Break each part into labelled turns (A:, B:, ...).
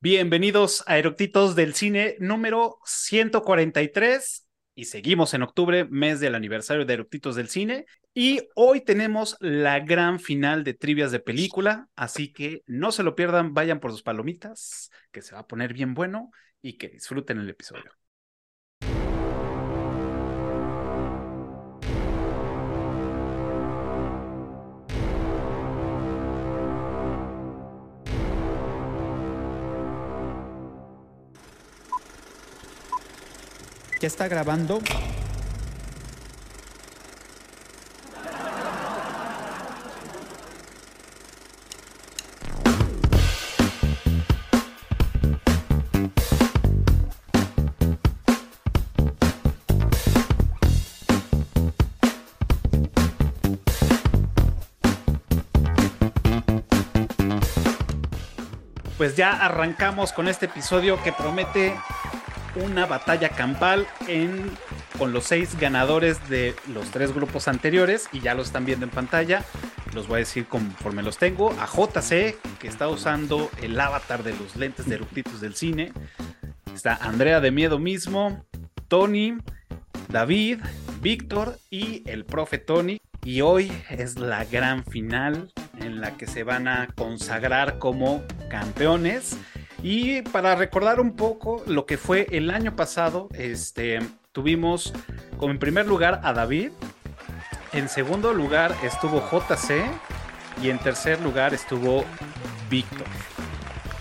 A: Bienvenidos a Eructitos del Cine número 143 y seguimos en octubre, mes del aniversario de Eructitos del Cine. Y hoy tenemos la gran final de trivias de película, así que no se lo pierdan, vayan por sus palomitas, que se va a poner bien bueno y que disfruten el episodio.
B: ¿Ya está grabando?
A: Pues ya arrancamos con este episodio que promete una batalla campal en, con los seis ganadores de los tres grupos anteriores y ya los están viendo en pantalla. Los voy a decir conforme los tengo. A JC, que está usando el avatar de los lentes de eructitos del cine. Está Andrea de Miedo mismo, Tony, David, Víctor y el profe Tony. Y hoy es la gran final en la que se van a consagrar como campeones. Y para recordar un poco lo que fue el año pasado, este, tuvimos como en primer lugar a David, en segundo lugar estuvo JC y en tercer lugar estuvo Víctor.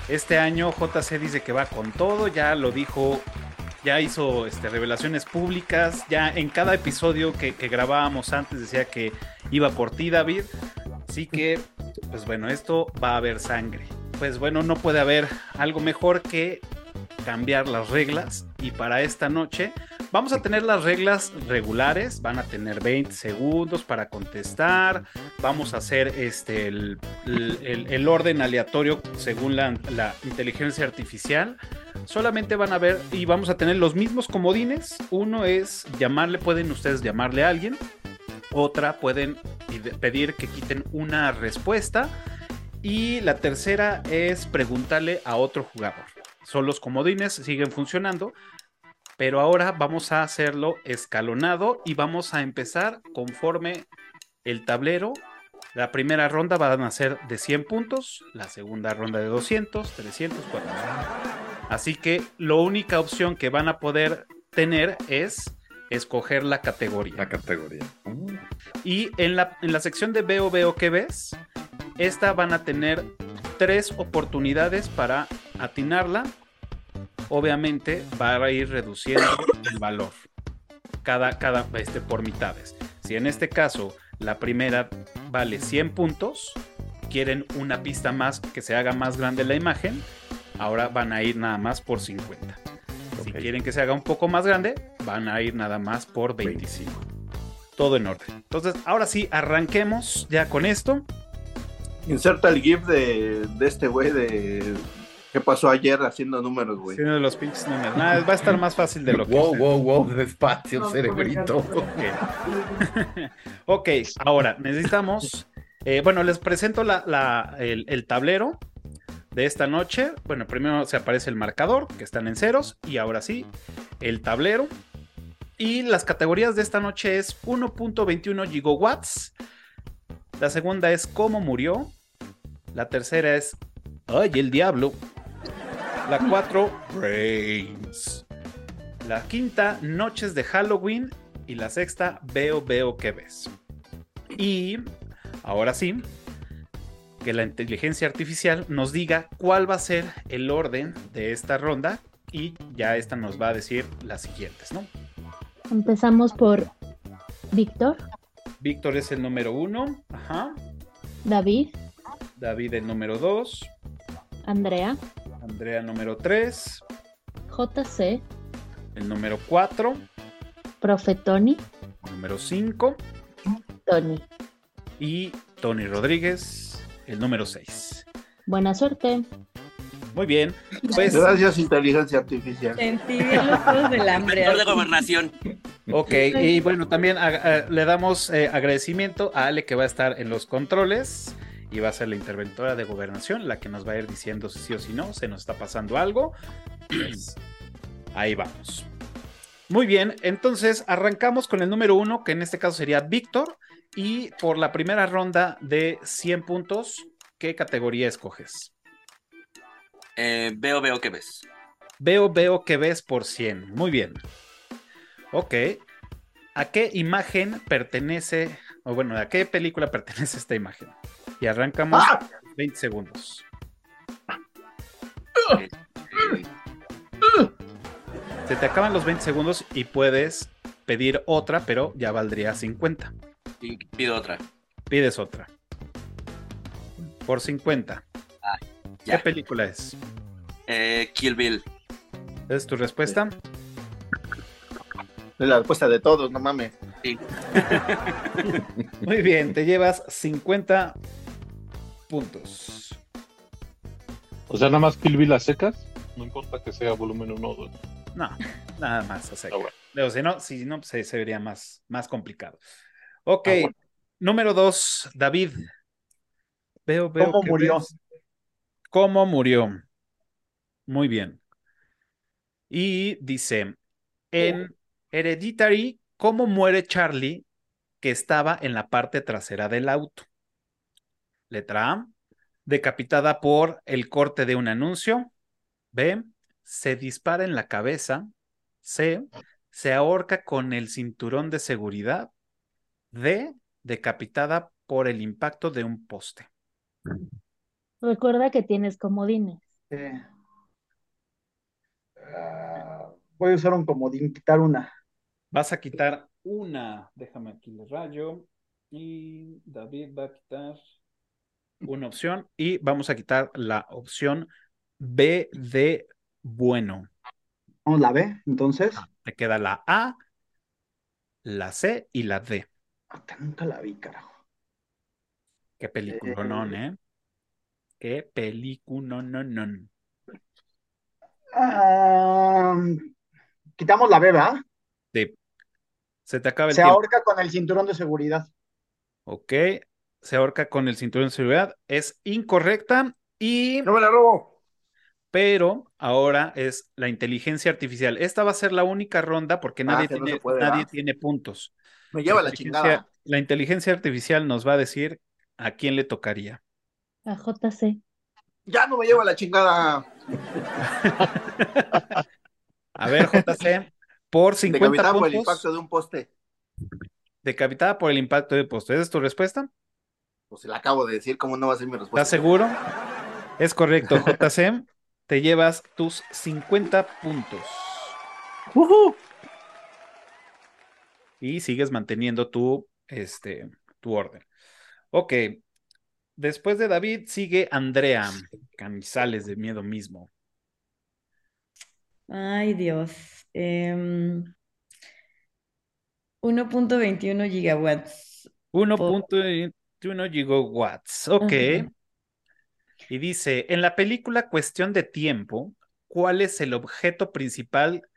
A: Este año JC dice que va con todo, ya lo dijo, ya hizo este, revelaciones públicas, ya en cada episodio que, que grabábamos antes decía que iba por ti David, así que pues bueno, esto va a haber sangre pues bueno, no puede haber algo mejor que cambiar las reglas. Y para esta noche vamos a tener las reglas regulares. Van a tener 20 segundos para contestar. Vamos a hacer este, el, el, el orden aleatorio según la, la inteligencia artificial. Solamente van a ver y vamos a tener los mismos comodines. Uno es llamarle, pueden ustedes llamarle a alguien. Otra pueden pedir que quiten una respuesta. Y la tercera es preguntarle a otro jugador. Son los comodines, siguen funcionando. Pero ahora vamos a hacerlo escalonado y vamos a empezar conforme el tablero. La primera ronda van a ser de 100 puntos, la segunda ronda de 200, 300, 400. Así que la única opción que van a poder tener es escoger la categoría.
C: La categoría.
A: Y en la, en la sección de veo, veo que ves, esta van a tener tres oportunidades para atinarla. Obviamente va a ir reduciendo el valor. Cada, cada, este, por mitades. Si en este caso la primera vale 100 puntos, quieren una pista más que se haga más grande la imagen, ahora van a ir nada más por 50. Si
C: Ok.
A: quieren que se haga un poco más grande, van a ir nada más por 25. Todo en orden. Entonces, ahora sí, arranquemos ya con esto.
D: Inserta el GIF de, de este güey de qué pasó ayer haciendo números, güey.
A: Haciendo los pinches números. Nada, va a estar más fácil de lo que.
C: Wow,
A: ustedes.
C: wow, wow, despacio, cerebrito.
A: Ok, ahora necesitamos. eh, bueno, les presento la- la- el, el tablero de esta noche. Bueno, primero se aparece el marcador, que están en ceros, y ahora sí, el tablero. Y las categorías de esta noche es 1.21 gigawatts. La segunda es cómo murió. La tercera es ay el diablo. La cuatro brains. La quinta noches de Halloween y la sexta veo veo que ves. Y ahora sí que la inteligencia artificial nos diga cuál va a ser el orden de esta ronda y ya esta nos va a decir las siguientes, ¿no?
E: Empezamos por Víctor,
A: Víctor es el número uno, ajá.
E: David,
A: David el número 2,
E: Andrea,
A: Andrea el número 3,
E: JC,
A: el número 4,
E: Profe Tony,
A: el número 5
E: Tony.
A: y Tony Rodríguez el número 6.
E: Buena suerte.
A: Muy bien, pues
D: Gracias, inteligencia artificial.
F: Sentí bien los juegos del hambre.
G: Director de gobernación.
A: Ok, y bueno, también a- a- le damos eh, agradecimiento a Ale que va a estar en los controles y va a ser la interventora de gobernación la que nos va a ir diciendo si sí o si no, se nos está pasando algo. Pues, ahí vamos. Muy bien, entonces arrancamos con el número uno, que en este caso sería Víctor, y por la primera ronda de 100 puntos, ¿qué categoría escoges?
B: Eh, veo, veo que ves.
A: Veo, veo que ves por 100. Muy bien. Ok. ¿A qué imagen pertenece, o bueno, a qué película pertenece esta imagen? Y arrancamos
B: ¡Ah!
D: ¡Ah!
A: 20 segundos.
B: Eh, eh,
A: Se te acaban los 20 segundos y puedes pedir otra, pero ya valdría 50.
B: y pido otra.
A: Pides otra. Por 50.
B: Ah,
A: ¿Qué
B: ya.
A: película es?
B: Eh, Kill Bill.
A: ¿Es tu respuesta?
D: Es la respuesta de todos, no mames.
A: Muy bien, te llevas 50 puntos.
G: O sea, nada más Kill Bill a secas. No importa que sea volumen 1 o 2.
A: No, nada más. O sea,
G: Ah, bueno.
A: Digo, si no, si no, pues, se, se vería más, más complicado.
G: Ah,
A: Ok, número dos, David. Veo, veo.
D: ¿Cómo
A: que
D: murió?
A: ves. ¿Cómo murió? Muy bien. Y dice, en Hereditary, ¿cómo muere Charlie que estaba en la parte trasera del auto? Letra A, decapitada por el corte de un anuncio. B, se dispara en la cabeza. C, se ahorca con el cinturón de seguridad. D, decapitada por el impacto de un poste.
E: Recuerda que tienes comodines.
H: Eh, ah, voy a usar un comodín, quitar una.
A: Vas a quitar una. Déjame aquí el rayo. Y David va a quitar una opción. Y vamos a quitar la opción B de bueno.
H: Vamos, la B, entonces.
D: Ah.
A: Te queda la A, la C y la D.
H: Puta, Ah, nunca la vi, carajo.
A: Qué película, ¿eh? Qué película, no, no.
H: Ah, quitamos la B, ¿verdad?
A: Se te acaba el
H: Se
A: tiempo.
H: ahorca con el cinturón de seguridad.
A: Ok, se ahorca con el cinturón de seguridad. Es incorrecta y,
D: No me la robo.
A: pero ahora es la inteligencia artificial. Esta va a ser la única ronda porque nadie,
D: Ah, que no
A: tiene,
D: se puede,
A: nadie
D: ¿verdad?
A: tiene puntos.
D: Me lleva
A: La
D: la
A: inteligencia-
D: chingada.
A: La inteligencia artificial nos va a decir a quién le tocaría.
E: A JC.
D: Ya no me lleva la chingada.
A: A ver, JC, por 50
D: Decapitada por el
A: puntos,
D: impacto de un poste.
A: decapitada por el impacto de poste. ¿Esa es tu respuesta?
D: Pues se la acabo de decir, ¿cómo no va a ser mi respuesta?
A: ¿Estás seguro? Es correcto, JC. Te llevas tus 50 puntos. Y sigues manteniendo tu, este, tu orden. Ok. Después de David sigue Andrea. Camisales de miedo mismo.
F: Ay, Dios. Em, 1.21 gigawatts.
A: 1.21 gigawatts. Ok.
F: Ujú.
A: Y dice, en la película Cuestión de Tiempo, ¿cuál es el objeto principal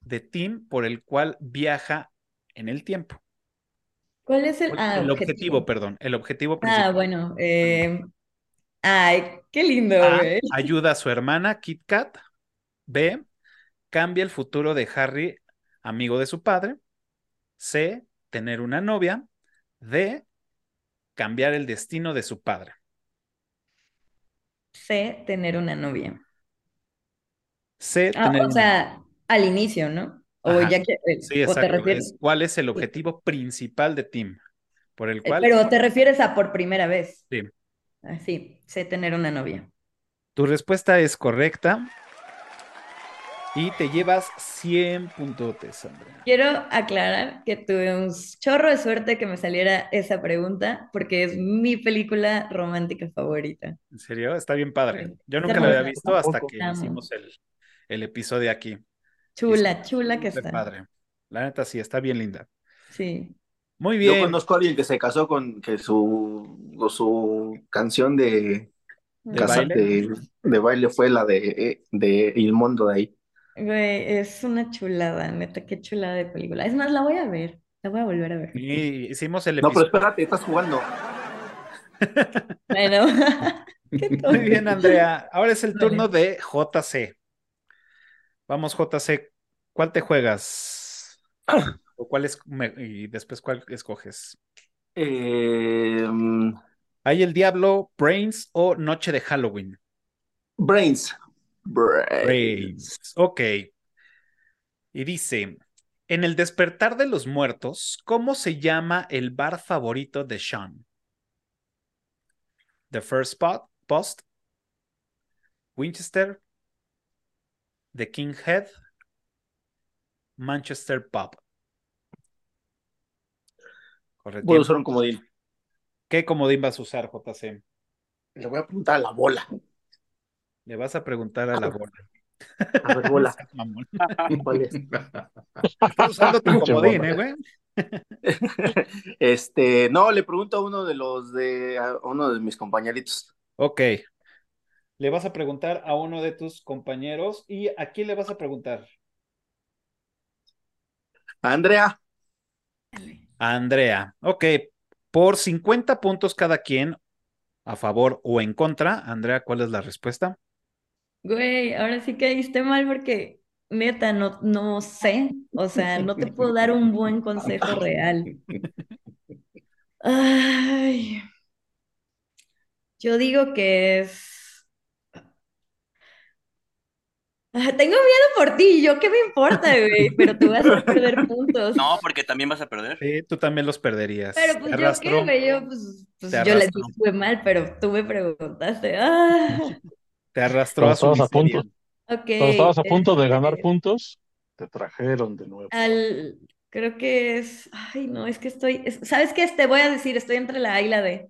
A: de Tim por el cual viaja en el tiempo?
F: ¿Cuál es el, ah,
A: el objetivo, perdón, el objetivo
F: Ah,
A: principal.
F: bueno. em, ay, qué lindo,
A: A,
F: güey.
A: ayuda a su hermana Kit Kat. B, cambia el futuro de Harry, amigo de su padre. C, tener una novia. D, cambiar el destino de su padre.
F: C, tener una novia.
A: C,
F: Ah,
A: tener
F: o
A: una
F: sea, al inicio, ¿no? O
A: Ajá.
F: ya que, eh,
A: Sí,
F: o te
A: exacto.
F: refieres,
A: Es ¿Cuál es el objetivo principal de Tim? Por el
F: eh,
A: cual
F: pero te refieres a por primera vez.
A: Sí.
F: Ah, sí, sé tener una novia.
A: tu respuesta es correcta. Y te llevas 100 puntotes, Andrea.
F: Quiero aclarar que tuve un chorro de suerte que me saliera esa pregunta porque es mi película romántica favorita.
A: ¿En serio? Está bien padre. Yo
F: Está
A: nunca la había
F: hermosa.
A: visto hasta que
F: Amo.
A: hicimos el, el episodio aquí.
F: Chula, chula que
A: Súper
F: está.
A: padre. La neta sí, está bien linda.
F: Sí.
A: Muy
D: Yo
A: bien.
D: conozco a alguien que se casó con que su, o su canción de,
A: ¿De
D: casa-
A: baile?
D: de- de baile fue la de, eh, de Ilmondo de ahí.
F: Güey, es una chulada, neta, qué chulada de película. Es más, la voy a ver, la voy a volver a ver.
A: Y hicimos el
D: No, pero
A: episodio.
D: espérate, estás jugando.
F: Bueno, qué
A: Muy
F: tonto.
A: bien, Andrea. Ahora es el
F: Vale.
A: turno de JC. Vamos, JC. ¿Cuál te juegas? ¿O cuál es, me- y después cuál escoges?
D: Eh, mm,
A: ¿Hay el Diablo, Brains o Noche de Halloween?
D: Brains. Brains.
A: Brains. Ok. Y dice, en el despertar de los muertos, ¿cómo se llama el bar favorito de Sean? The First Spot, Post, Winchester, The King Head, Manchester Pub. Corre
D: Voy a
A: tiempo.
D: usar un comodín.
A: ¿Qué comodín vas a usar, JC?
D: Le voy a apuntar a la bola.
A: Le vas a preguntar a la bola.
D: A ver, bola.
A: Mamón.
D: ¿Cuál es?
A: Estás usando tu
G: Pinche
A: comodín,
G: bola.
A: ¿eh, güey?
D: Este, no, le pregunto a uno de los de a uno de mis compañeritos.
A: Ok. Le vas a preguntar a uno de tus compañeros y ¿a quién le vas a preguntar?
D: A Andrea,
A: A Andrea. Ok. Por 50 puntos cada quien, a favor o en contra. Andrea, ¿cuál es la respuesta?
F: Güey, ahora sí caíste mal porque neta, no, no sé. O sea, no te puedo dar un buen consejo real. Ay, yo digo que es... Ah, Tengo miedo por ti, ¿yo qué me importa, güey? Pero tú vas a perder puntos.
B: No, porque también vas a perder.
A: Sí, tú también los perderías.
F: Pero pues
A: Te
F: yo qué,
A: arrastró.
F: güey, yo pues, pues,
A: Te
F: yo la
A: arrastró.
F: dije mal, pero tú me preguntaste. Ah,
A: Te arrastró a
G: Cuando
A: su
G: estabas a punto,
A: miseria.
F: ok.
G: cuando estabas a
A: eh,
G: punto de ganar
F: este,
G: puntos, te trajeron de nuevo.
A: Ah.
F: Al, creo que es, ay, no, es que estoy, es- ¿sabes qué? Te voy a decir, estoy entre la A y la D,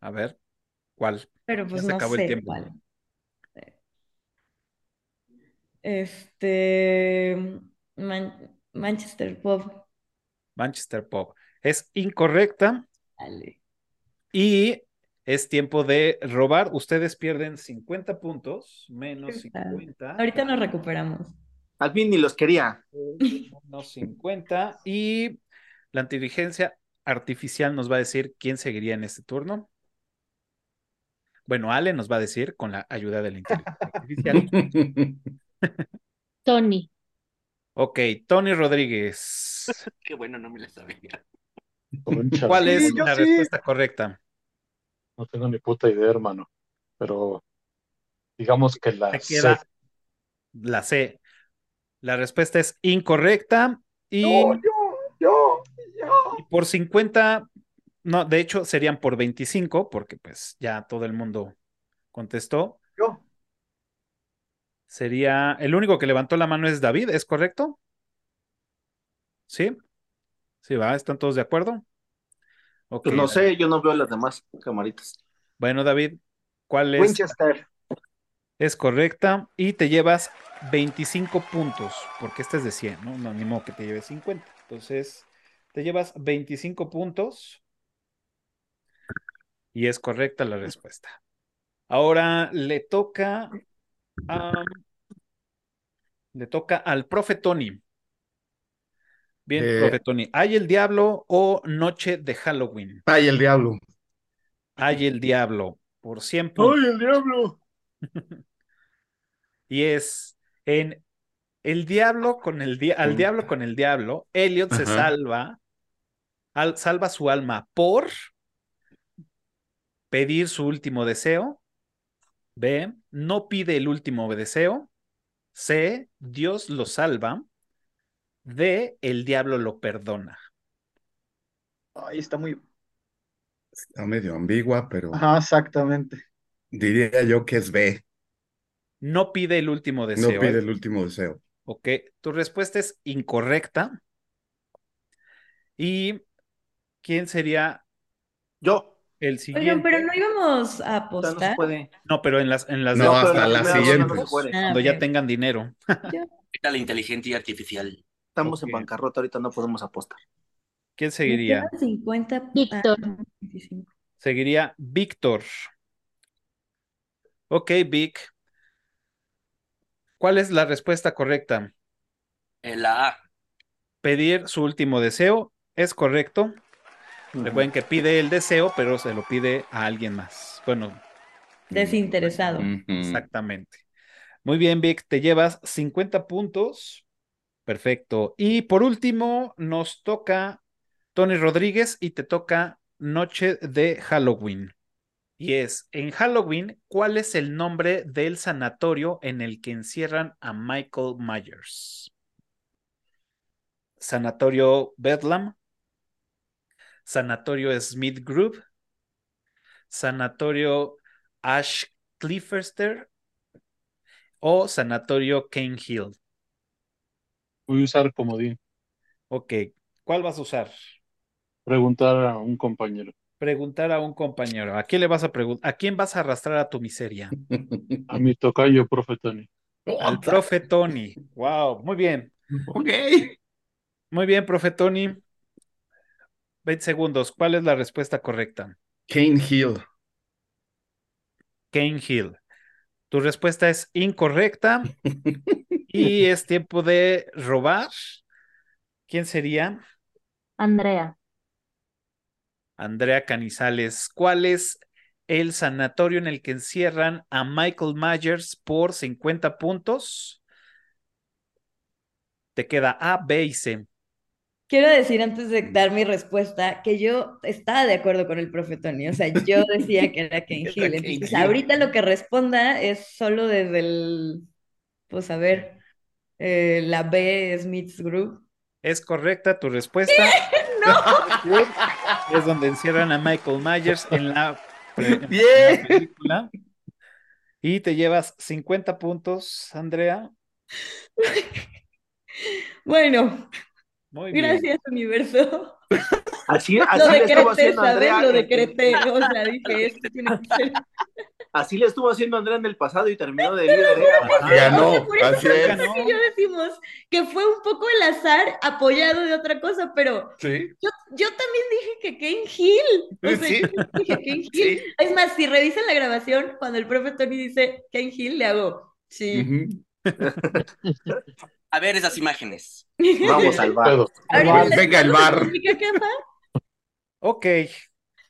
A: A ver, ¿cuál?
F: pero pues
A: se
F: no
A: acabó el
F: sé
A: tiempo.
F: cuál. Este, Man- Manchester Pub,
A: Manchester Pop. Es incorrecta.
F: dale.
A: Y es tiempo de robar. Ustedes pierden 50 puntos, menos
F: Está.
A: 50,
F: Ahorita nos recuperamos.
D: al fin ni los quería.
A: menos 50. Y la inteligencia artificial nos va a decir quién seguiría en este turno. Bueno, Ale nos va a decir con la ayuda de la inteligencia
D: Pues
A: artificial.
E: Tony,
A: Ok, Tony Rodríguez.
B: Qué bueno, no me la sabía.
A: ¿Cuál es
H: yo
A: la
H: sí.
A: respuesta correcta?
G: No tengo ni puta idea, hermano. Pero digamos que la
A: Te queda
G: C.
A: la C. La respuesta es incorrecta. Y
H: Yo, yo, yo, yo.
A: Y por 50, no, de hecho serían por 25, porque pues ya todo el mundo contestó.
H: Yo.
A: Sería, el único que levantó la mano es David, ¿es correcto? ¿Sí? Sí, va, ¿están todos de acuerdo? Ok,
D: Pues no sé, yo no veo las demás camaritas.
A: Bueno, David, ¿cuál es?
H: Winchester.
A: Es correcta y te llevas 25 puntos, porque este es de 100, ¿no? No, ni modo que te lleves 50. Entonces, te llevas 25 puntos y es correcta la respuesta. Ahora le toca a- le toca al profe Tony. Bien,
C: Eh.
A: profe Tony, ¿hay el diablo o noche de Halloween?
C: Ay, el diablo.
A: Hay el diablo, por siempre.
D: el diablo!
A: Y es en El diablo con el di- al
C: Mm.
A: diablo con el diablo, Elliot se
C: Ajá.
A: salva, al- salva su alma por pedir su último deseo. B, no pide el último deseo. C, Dios lo salva. D, el diablo lo perdona.
H: Ahí está muy.
C: Está medio ambigua, pero
H: Ajá, exactamente.
C: diría yo que es B.
A: No pide el último
C: No
A: deseo. ¿eh?
C: pide el último deseo.
A: Ok, tu respuesta es incorrecta. ¿Y quién sería
D: Yo.
A: el
F: Oigan, pero
A: siguiente?
F: no
D: O
F: íbamos a
D: sea, no
F: apostar.
D: se puede.
A: No, pero en las, en las
C: No,
A: de-
C: hasta
D: pero
C: la
D: primera ronda
C: siguiente.
D: no se puede.
F: Ah,
A: cuando ya
F: ok.
A: tengan dinero.
B: Quita la inteligencia artificial.
D: Estamos en
A: Ok.
D: bancarrota, ahorita no podemos apostar.
A: ¿Quién
F: Me
A: seguiría?
F: quedan 50, ah,
E: Víctor.
F: 25.
A: Seguiría Víctor. Ok, Vic. ¿Cuál es la respuesta correcta?
B: Eh, la A.
A: Pedir su último deseo es correcto. Recuerden que pide el deseo, pero se lo pide a alguien más. Bueno,
F: Desinteresado.
C: Ujú.
A: exactamente. Muy bien, Vic, te llevas 50 puntos. Perfecto. Y por último, nos toca Tony Rodríguez y te toca Noche de Halloween. Y es, en Halloween, ¿cuál es el nombre del sanatorio en el que encierran a Michael Myers? Sanatorio Bedlam, Sanatorio Smith Group, Sanatorio Ash Cliffester o Sanatorio Cane Hill.
G: Voy a usar comodín.
A: Ok, ¿cuál vas a usar?
G: Preguntar a un compañero.
A: Preguntar a un compañero. ¿A quién le vas a preguntar? ¿A quién vas a arrastrar a tu miseria?
G: A mi tocayo, profe Tony.
A: Al profe Tony. Wow, muy bien.
C: Ok.
A: Muy bien, profe Tony. 20 segundos. ¿Cuál es la respuesta correcta?
C: Kane Hill.
A: Cane Hill. Tu respuesta es incorrecta y es tiempo de robar. ¿Quién sería?
E: Andrea,
A: Andrea Canizales, ¿cuál es el sanatorio en el que encierran a Michael Myers por 50 puntos? Te queda A, B y C.
F: Quiero decir antes de dar mi respuesta que yo estaba de acuerdo con el profe Tony, o sea, yo decía que era Ken Hill,
C: Era Ken
F: entonces
C: Hill.
F: ahorita lo que responda es solo desde el, pues a ver, eh, la B Smith's Group.
A: ¿Es correcta tu respuesta? Es donde encierran a Michael Myers en la, en la
C: Bien.
A: película. Y te llevas 50 puntos, Andrea.
F: Bueno,
A: Muy bien.
F: gracias universo.
D: Así,
F: Lo
D: así le estuvo
F: decreté,
D: haciendo
F: ¿sabes?
D: Andrea.
F: Lo
D: en-
F: decreté, o sea, dije, esto tiene que ser.
D: Así le estuvo haciendo Andrea en el pasado y terminó de líder. ¿eh?
C: Ah,
A: Ah,
C: Ganó.
F: Por eso
C: Así
F: Francisco
C: es.
F: y yo decimos que fue un poco el azar apoyado de otra cosa, pero
C: Sí.
F: yo también dije que Ken Hill. O sea,
C: Sí.
F: yo dije Ken Hill.
C: Sí.
F: Es más, si revisan la grabación, cuando el profe Tony dice Ken Hill, le hago, sí.
C: Ujú.
B: A ver esas imágenes.
D: Vamos
A: Ah,
D: al bar.
G: Pero,
F: Ahora,
C: Bar, venga, el bar.
F: ¿significa qué, Rafa?
A: Ok.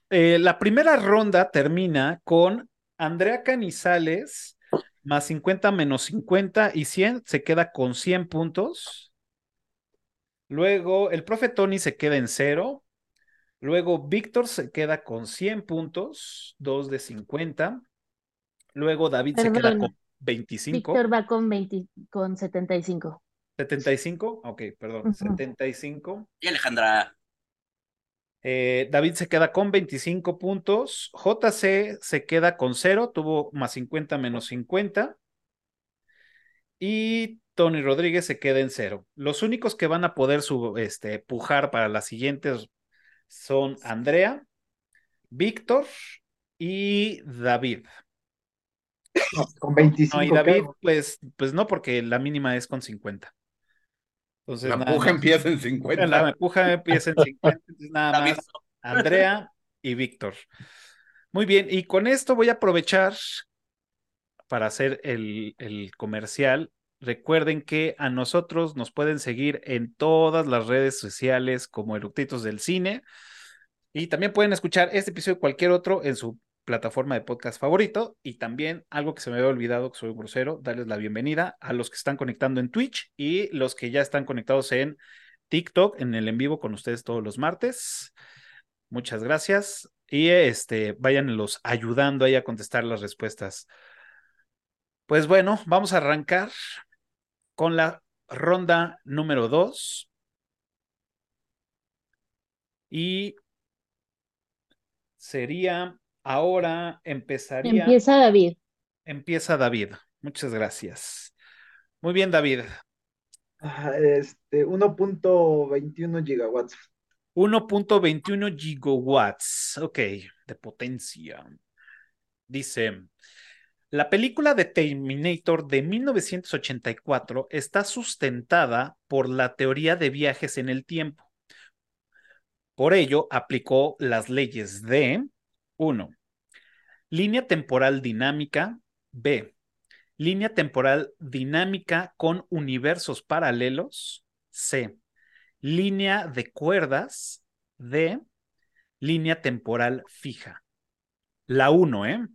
A: Eh, la primera ronda termina con Andrea Canizales más 50 menos 50 y 100 se queda con 100 puntos. Luego el profe Tony se queda en cero. Luego Víctor se queda con 100 puntos, 2 de 50. Luego David se queda
E: Perdón.
A: con 25.
E: Víctor va con 20, con 75.
A: 75, ok, perdón,
E: Ujú.
A: 75.
B: Y Alejandra,
A: Eh, David se queda con 25 puntos. JC se queda con 0, tuvo más 50 menos 50. Y Tony Rodríguez se queda en 0. Los únicos que van a poder su- este, pujar para las siguientes son Andrea, Víctor y David.
H: No, con 25.
A: No, y
H: ¿qué
A: David,
H: hago?
A: pues, pues no, porque la mínima es con 50. Entonces,
C: La
A: nada
C: puja
A: más.
C: empieza en
A: La
C: 50.
A: empuja empieza en 50, entonces nada
B: David,
A: más. Andrea y Víctor. Muy bien, y con esto voy a aprovechar para hacer el, el comercial. Recuerden que a nosotros nos pueden seguir en todas las redes sociales como Eructitos del Cine. Y también pueden escuchar este episodio y cualquier otro en su plataforma de podcast favorito. Y también algo que se me había olvidado, que soy grosero, darles la bienvenida a los que están conectando en Twitch y los que ya están conectados en TikTok, en el en vivo con ustedes todos los martes. Muchas gracias. Y este, váyanlos ayudando ahí a contestar las respuestas. Pues bueno, vamos a arrancar con la ronda número 2. Y sería ahora empezaría.
E: Empieza David.
A: Empieza David. Muchas gracias. Muy bien, David.
H: Ah, Este, 1.21 gigawatts.
A: 1.21 gigawatts, ok, de potencia. Dice, la película de Terminator de 1984 está sustentada por la teoría de viajes en el tiempo. Por ello, aplicó las leyes de 1. Línea temporal dinámica. B. Línea temporal dinámica con universos paralelos. C línea de cuerdas de línea temporal fija. La 1, ¿eh?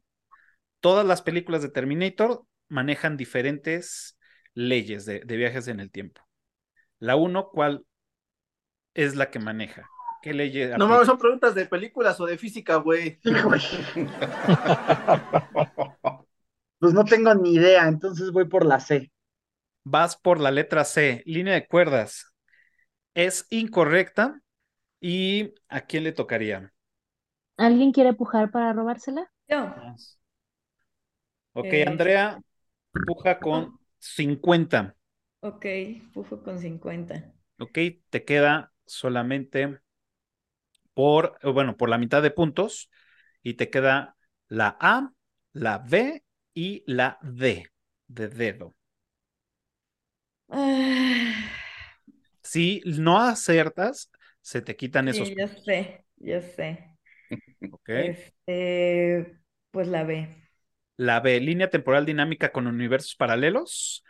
A: Todas las películas de Terminator manejan diferentes leyes de, de viajes en el tiempo. La 1, ¿cuál es la que maneja? ¿Qué leyes?
D: No mames, son preguntas de películas o de física, güey.
H: Pues no tengo ni idea, entonces voy por la C.
A: Vas por la letra C, línea de cuerdas. Es incorrecta. ¿Y a quién le tocaría?
E: ¿Alguien quiere pujar para robársela?
F: Yo.
A: Ok,
F: Eh.
A: Andrea puja con 50.
F: Ok, pujo con 50.
A: Ok, te queda solamente por, eh, bueno, por la mitad de puntos. Y te queda la A, la B y la D de dedo.
F: Ah,
A: Si no aciertas, se te quitan esos
F: sí, ya sé, ya sé.
A: puntos. ¿ok?
F: Este, pues la B.
A: La B, línea temporal dinámica con universos paralelos.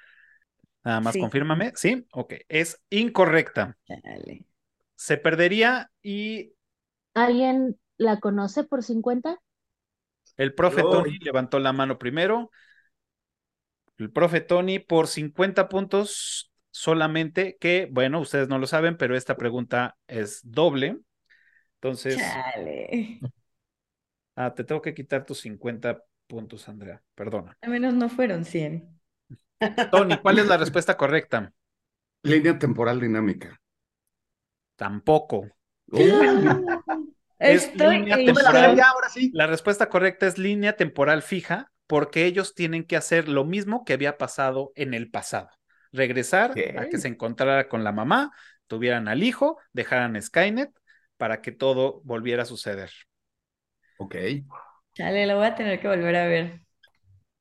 A: Nada más
F: Sí.
A: confírmame. Sí, ok. Es incorrecta.
F: Dale.
A: Se perdería y
E: ¿Alguien la conoce por 50?
A: el profe
D: Yo.
A: Tony levantó la mano primero. El profe Tony por 50 puntos solamente, que bueno, ustedes no lo saben, pero esta pregunta es doble. Entonces,
F: Chale.
A: ah, te tengo que quitar tus 50 puntos, Andrea. Perdona.
F: Al menos no fueron 100.
A: Tony, ¿cuál es la respuesta correcta?
C: Línea temporal dinámica.
A: Tampoco.
C: Oh.
A: Es
F: Estoy
A: línea
F: en
H: Yo me la
A: Temporal.
H: sé ya, ahora sí.
A: La respuesta correcta es línea temporal fija, porque ellos tienen que hacer lo mismo que había pasado en el pasado. Regresar a que se encontrara con la mamá, tuvieran al hijo, dejaran Skynet para que todo volviera a suceder.
C: Ok.
F: Chale, la voy a tener que volver a ver.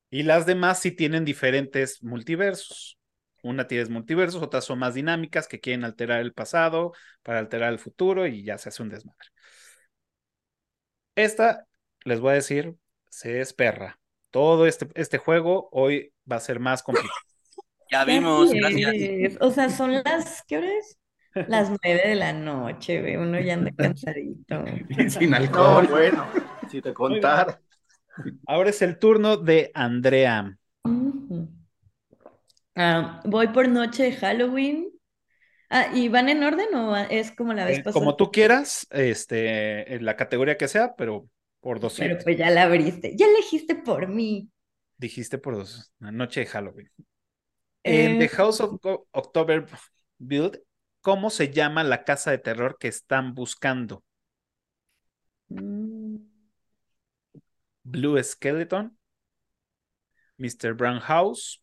A: Y las demás sí tienen diferentes multiversos. Una tiene multiversos, otras son más dinámicas que quieren alterar el pasado para alterar el futuro y ya se hace un desmadre. Esta, les voy a decir, se es perra. Todo este, este juego hoy va a ser más complicado.
F: Ya
B: Ya vimos,
F: sé.
B: gracias.
F: O sea, son las, ¿qué hora es? Las nueve de la noche, ve, uno ya anda cansadito.
C: Y sin
D: No,
C: alcohol.
D: bueno, si te contara.
A: Ahora es el turno de Andrea.
F: Ujú. Ah, voy por noche de Halloween. Ah, ¿y van en orden o va- es como la vez
A: Eh,
F: pasada?
A: Como tú quieras, este, en la categoría que sea, pero por
F: Pero
A: 200.
F: pues ya la abriste, ya elegiste por mí.
A: Dijiste por dos. La noche de Halloween. En The
F: Eh,
A: House of Go- October Build, ¿cómo se llama la casa de terror que están buscando?
F: mm,
A: Blue Skeleton, Mr. Brown House,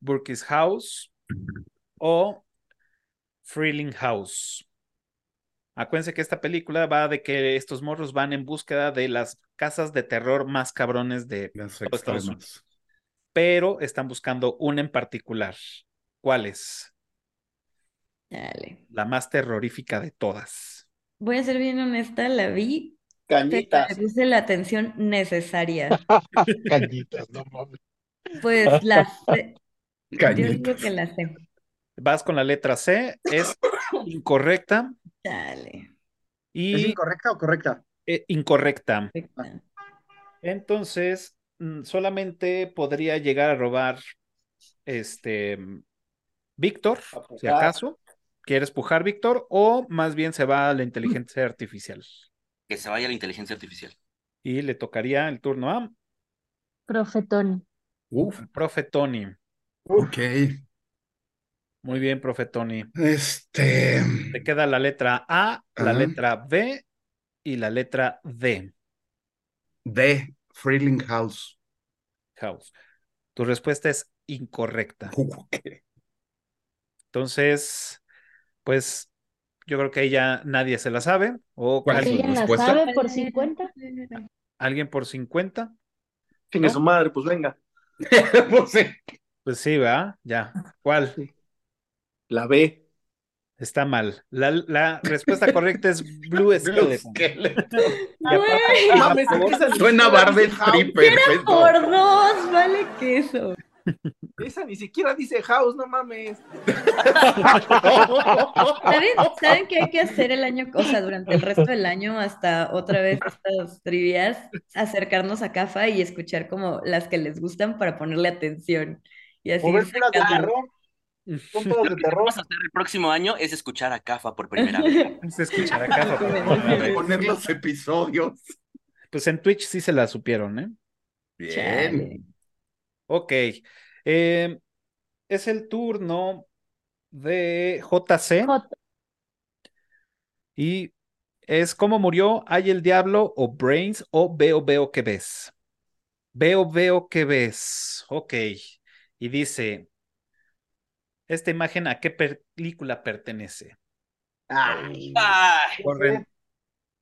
A: Burke's House o Freeling House. Acuérdense que esta película va de que estos morros van en búsqueda de las casas de terror más cabrones de,
C: Las
A: Todo está
C: extremas.
A: pero están buscando una en particular. ¿Cuál es?
F: dale.
A: La más terrorífica de todas.
F: Voy a ser bien honesta, la vi, pero
D: Cañitas.
F: le puse la atención necesaria.
G: Cañitas, no mames.
F: Pues la sé, yo
C: Cañitas.
F: digo que la sé.
A: Vas con la letra C, es incorrecta
F: Dale.
H: ¿Es
A: y
H: incorrecta o correcta?
A: eh, incorrecta.
F: perfecta.
A: Entonces, mm, solamente podría llegar a robar este mm, Víctor, si
D: pujar.
A: acaso. ¿Quieres pujar, Víctor? O más bien se va a la inteligencia artificial.
B: Que se vaya la inteligencia artificial.
A: Y le tocaría el turno a
E: Profe Tony.
C: Uf,
A: profe Tony.
C: ok.
A: Muy bien, profe Tony.
C: Este.
A: Te queda la letra A, la
C: Ajá.
A: letra B y la letra D.
C: De Freeling House.
A: House. Tu respuesta es incorrecta.
C: Uf,
A: Entonces, pues yo creo que ahí ya nadie se la sabe. O
C: ¿Cuál es
A: alguien,
E: ¿Alguien la
C: respuesta?
E: sabe por 50?
A: alguien por 50.
D: Chingue su madre, pues venga.
C: pues sí.
A: Pues sí, ¿verdad? Ya. ¿Cuál?
D: La B.
A: Está mal. La, la respuesta correcta es Blue Skeleton. Y aparte,
F: Güey,
A: la peor-
C: pues, Suena Barney Tripper.
F: por dos, vale queso.
D: Esa ni siquiera dice House, no mames.
F: ¿Saben, ¿Saben qué hay que hacer el año, o sea, durante el resto del año hasta otra vez estas trivias? Acercarnos a CAFA y escuchar como las que les gustan para ponerle atención. Y así
H: O ver puras de
F: sacar-
H: terror. Son todas de
B: Lo que
H: terror.
B: vamos a hacer el próximo año es escuchar a CAFA por primera vez.
A: Se escuchará acá. por primera vez.
C: Poner los episodios.
A: Pues en Twitch sí se la supieron, ¿eh?
C: Bien.
F: Chale.
A: Ok. eh, es el turno de JC
E: J.
A: y es cómo murió, hay el diablo o Brains o veo, veo que ves. Veo, veo que ves. Ok. Y dice, ¿esta imagen a qué per- película pertenece?
H: Ay,
B: Ay,
A: Corren.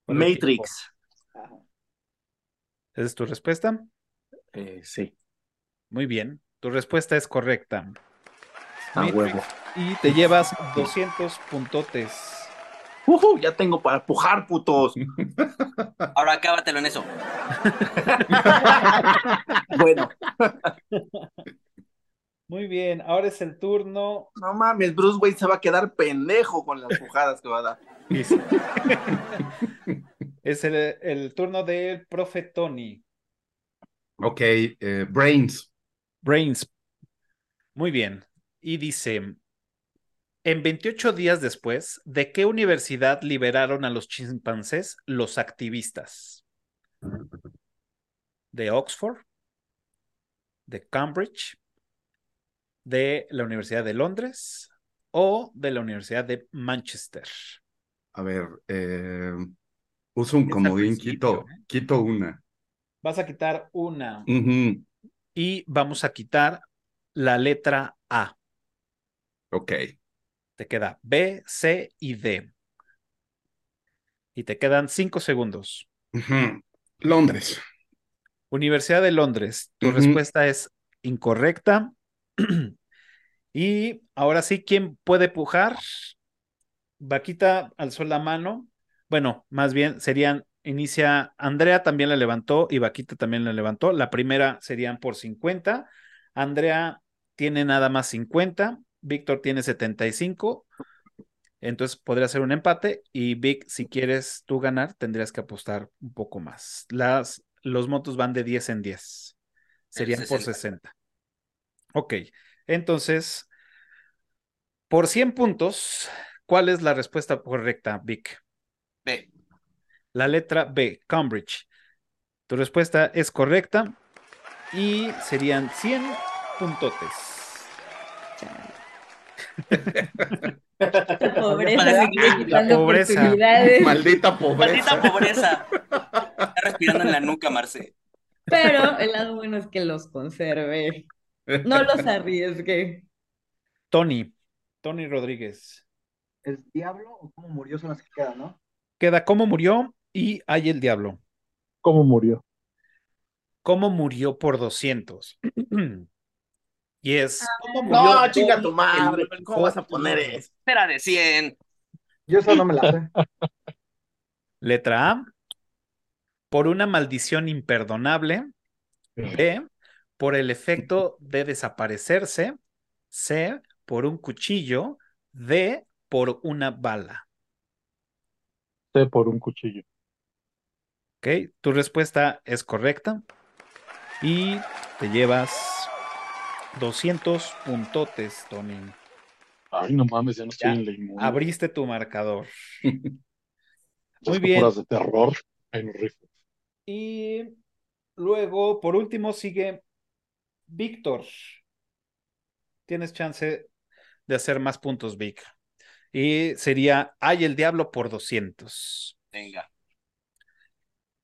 A: por el tiempo.
D: Matrix.
A: ¿Esa es tu respuesta?
D: Eh, sí,
A: Muy bien. Tu respuesta es correcta.
D: a
A: Matrix.
D: huevo.
A: Y te llevas 200 puntotes.
D: Ujú, ya tengo para pujar, putos.
B: Ahora acábatelo en eso.
D: Bueno,
A: Muy bien, ahora es el turno.
D: no mames, Bruce Wayne se va a quedar pendejo con las pujadas que va a dar.
A: es el, el turno del profe Tony.
C: Ok, eh, Brains.
A: Brains. Muy bien. Y dice, en 28 días después, ¿de qué universidad liberaron a los chimpancés los activistas? ¿De Oxford? ¿De Cambridge? ¿De la Universidad de Londres? ¿O de la Universidad de Manchester?
C: A ver, eh, uso un
A: Es al
C: comodín,
A: principio,
C: quito,
B: ¿eh?
C: quito una.
A: Vas a quitar una.
C: Ujú,
A: y vamos a quitar la letra A.
C: Ok,
A: Te queda B, C y D. Y te quedan cinco segundos.
C: Ujú. Londres.
A: Universidad de Londres, tu
C: Ujú.
A: respuesta es incorrecta. y ahora sí, ¿quién puede pujar? Vaquita alzó la mano. Bueno, más bien serían, inicia, Andrea también la levantó y Vaquita también la levantó. La primera serían por 50. Andrea tiene nada más 50. Víctor tiene 75. Entonces podría ser un empate. Y Vic, si quieres tú ganar, tendrías que apostar un poco más. Las, los montos van de 10 en 10. Serían por
B: 60.
A: 60. Ok. Entonces, por 100 puntos, ¿cuál es la respuesta correcta, Vic?
B: Ve,
A: La letra B, Cambridge. Tu respuesta es correcta y serían 100 puntotes.
F: La pobreza,
B: Para
F: seguirle
B: seguir
F: quitando
A: pobreza.
F: oportunidades.
C: Maldita pobreza.
B: maldita pobreza. Está respirando en la nuca, Marce.
F: Pero el lado bueno es que los conserve. No los arriesgue.
A: Tony, Tony Rodríguez.
H: ¿El diablo o cómo murió son las que quedan, no?
A: Queda cómo murió y hay el diablo.
I: ¿Cómo murió?
A: Cómo murió por 200. y es cómo murió
D: Ah, No,
A: Tony
D: chinga tu madre,
A: el
D: ¿cómo vas a poner eso?
B: Espera de 100.
H: Yo eso no me la sé.
A: Letra A, por una maldición imperdonable. B, por el efecto de desaparecerse. C, por un cuchillo. D, por una bala.
G: Sé por un cuchillo.
A: ¿Ok? Tu respuesta es correcta. Y te llevas 200 puntotes, Tony.
G: Ay, no mames, ya no estoy
A: Ya,
G: en la inmunda.
A: Abriste tu marcador.
G: Esas
A: muy bien.
G: puras de terror. Ay, no rifo.
A: Y luego, por último, sigue Víctor. Tienes chance de hacer más puntos, Vic. Y sería, hay el diablo por 200.
B: Venga.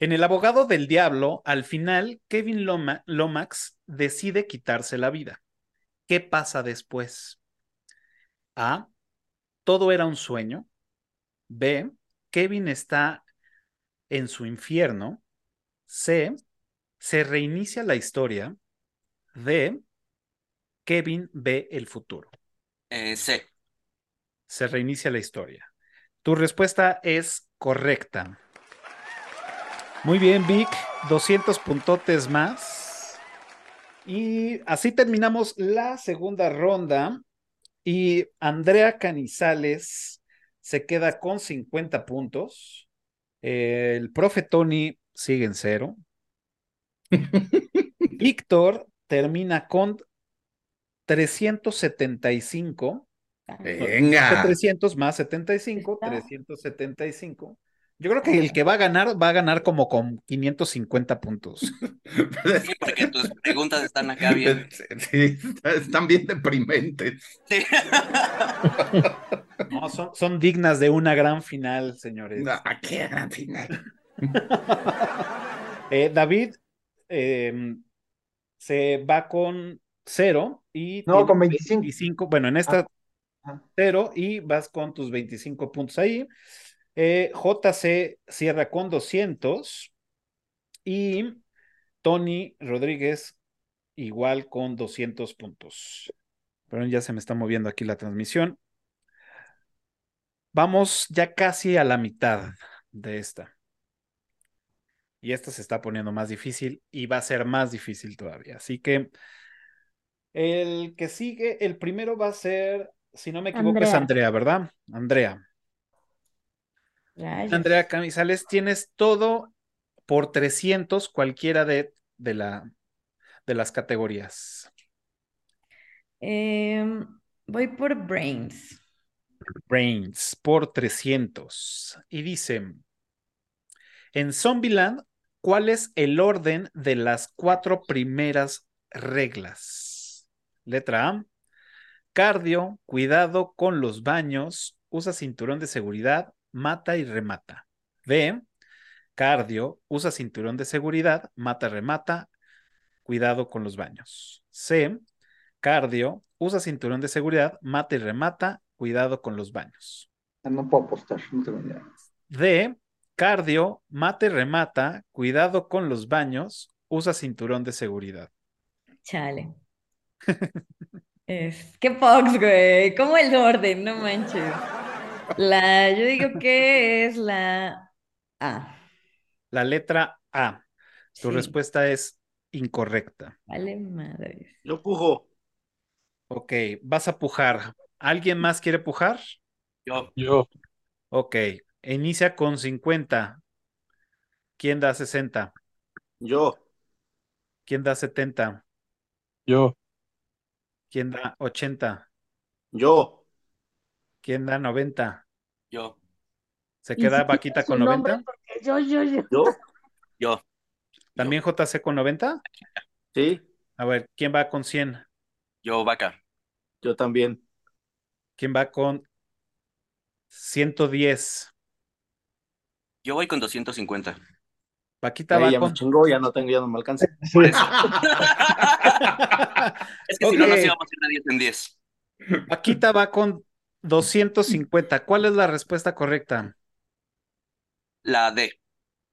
A: En El abogado del diablo, al final, Kevin Loma- Lomax decide quitarse la vida. ¿Qué pasa después? A. Todo era un sueño. B. Kevin está en su infierno. C. Se reinicia la historia. D. Kevin ve el futuro.
B: Eh, C.
A: Se reinicia la historia. Tu respuesta es correcta. Muy bien, Vic. 200 puntotes más. Y así terminamos la segunda ronda. Y Andrea Canizales se queda con 50 puntos. El profe Tony sigue en cero. Víctor termina con 375. Ah.
C: Venga.
A: 300 más 75,
F: Está.
A: 375. Yo creo que el que va a ganar, va a ganar como con 550 puntos.
B: Sí, porque tus preguntas están acá bien.
C: Sí, está- están bien deprimentes.
B: Sí.
A: No, son, son dignas de una gran final, señores.
C: Ah, qué gran final.
A: Eh, David eh, se va con cero y
H: No,
A: tiene
H: con 25.
A: Bueno, en esta
H: Ah.
A: cero y vas con tus 25 puntos ahí. Eh, JC cierra con 200 y Tony Rodríguez igual con 200 puntos. Pero ya se me está moviendo aquí la transmisión. Vamos ya casi a la mitad de esta. Y esta se está poniendo más difícil y va a ser más difícil todavía. Así que el que sigue, el primero va a ser, si no me equivoco, es Andrea, ¿verdad? Andrea.
F: Rayos.
A: Andrea Camisales, tienes todo por 300 cualquiera de, de, la, de las categorías.
F: Em, voy por Brains.
A: Brains por 300. Y dice, en Zombieland, ¿cuál es el orden de las cuatro primeras reglas? Letra A, cardio, cuidado con los baños, usa cinturón de seguridad, mata y remata. B, cardio, usa cinturón de seguridad, mata, remata, cuidado con los baños. C, cardio, usa cinturón de seguridad, mata y remata, cuidado con los baños.
H: No puedo apostar, no tengo idea.
A: D, cardio, mata y remata, cuidado con los baños, usa cinturón de seguridad.
F: Chale. Es que Fox, güey. ¿Cómo el orden? No manches. La, yo digo que es la A.
A: La letra A, tu
F: Sí,
A: respuesta es incorrecta.
F: Vale, madres.
D: Yo pujo.
A: Ok, vas a pujar. ¿Alguien más quiere pujar?
B: Yo,
G: Yo,
A: Ok, inicia con 50. ¿Quién da 60?
D: Yo.
A: ¿Quién da 70?
G: yo,
A: ¿Quién da 80?
D: Yo.
A: ¿Quién da 90?
B: yo,
A: ¿Se
E: Y
A: queda
E: si
A: Vaquita
E: quitas
A: con
E: su nombre,
A: 90?
E: porque Yo, yo, yo.
D: Yo.
B: yo.
A: ¿También JC con 90?
D: Sí.
A: A ver, ¿quién va con 100?
B: Yo, vaca.
D: Yo también.
A: ¿Quién va con 110?
B: Yo voy con 250.
A: Vaquita
D: Ahí
A: va
D: ya
A: con...
D: me chingó, ya no tengo, ya no me alcanza.
H: Sí,
B: Es que si no
A: Ok.
B: nos íbamos a ir de 10 en 10.
A: Vaquita va con 250. ¿Cuál es la respuesta correcta?
B: La D.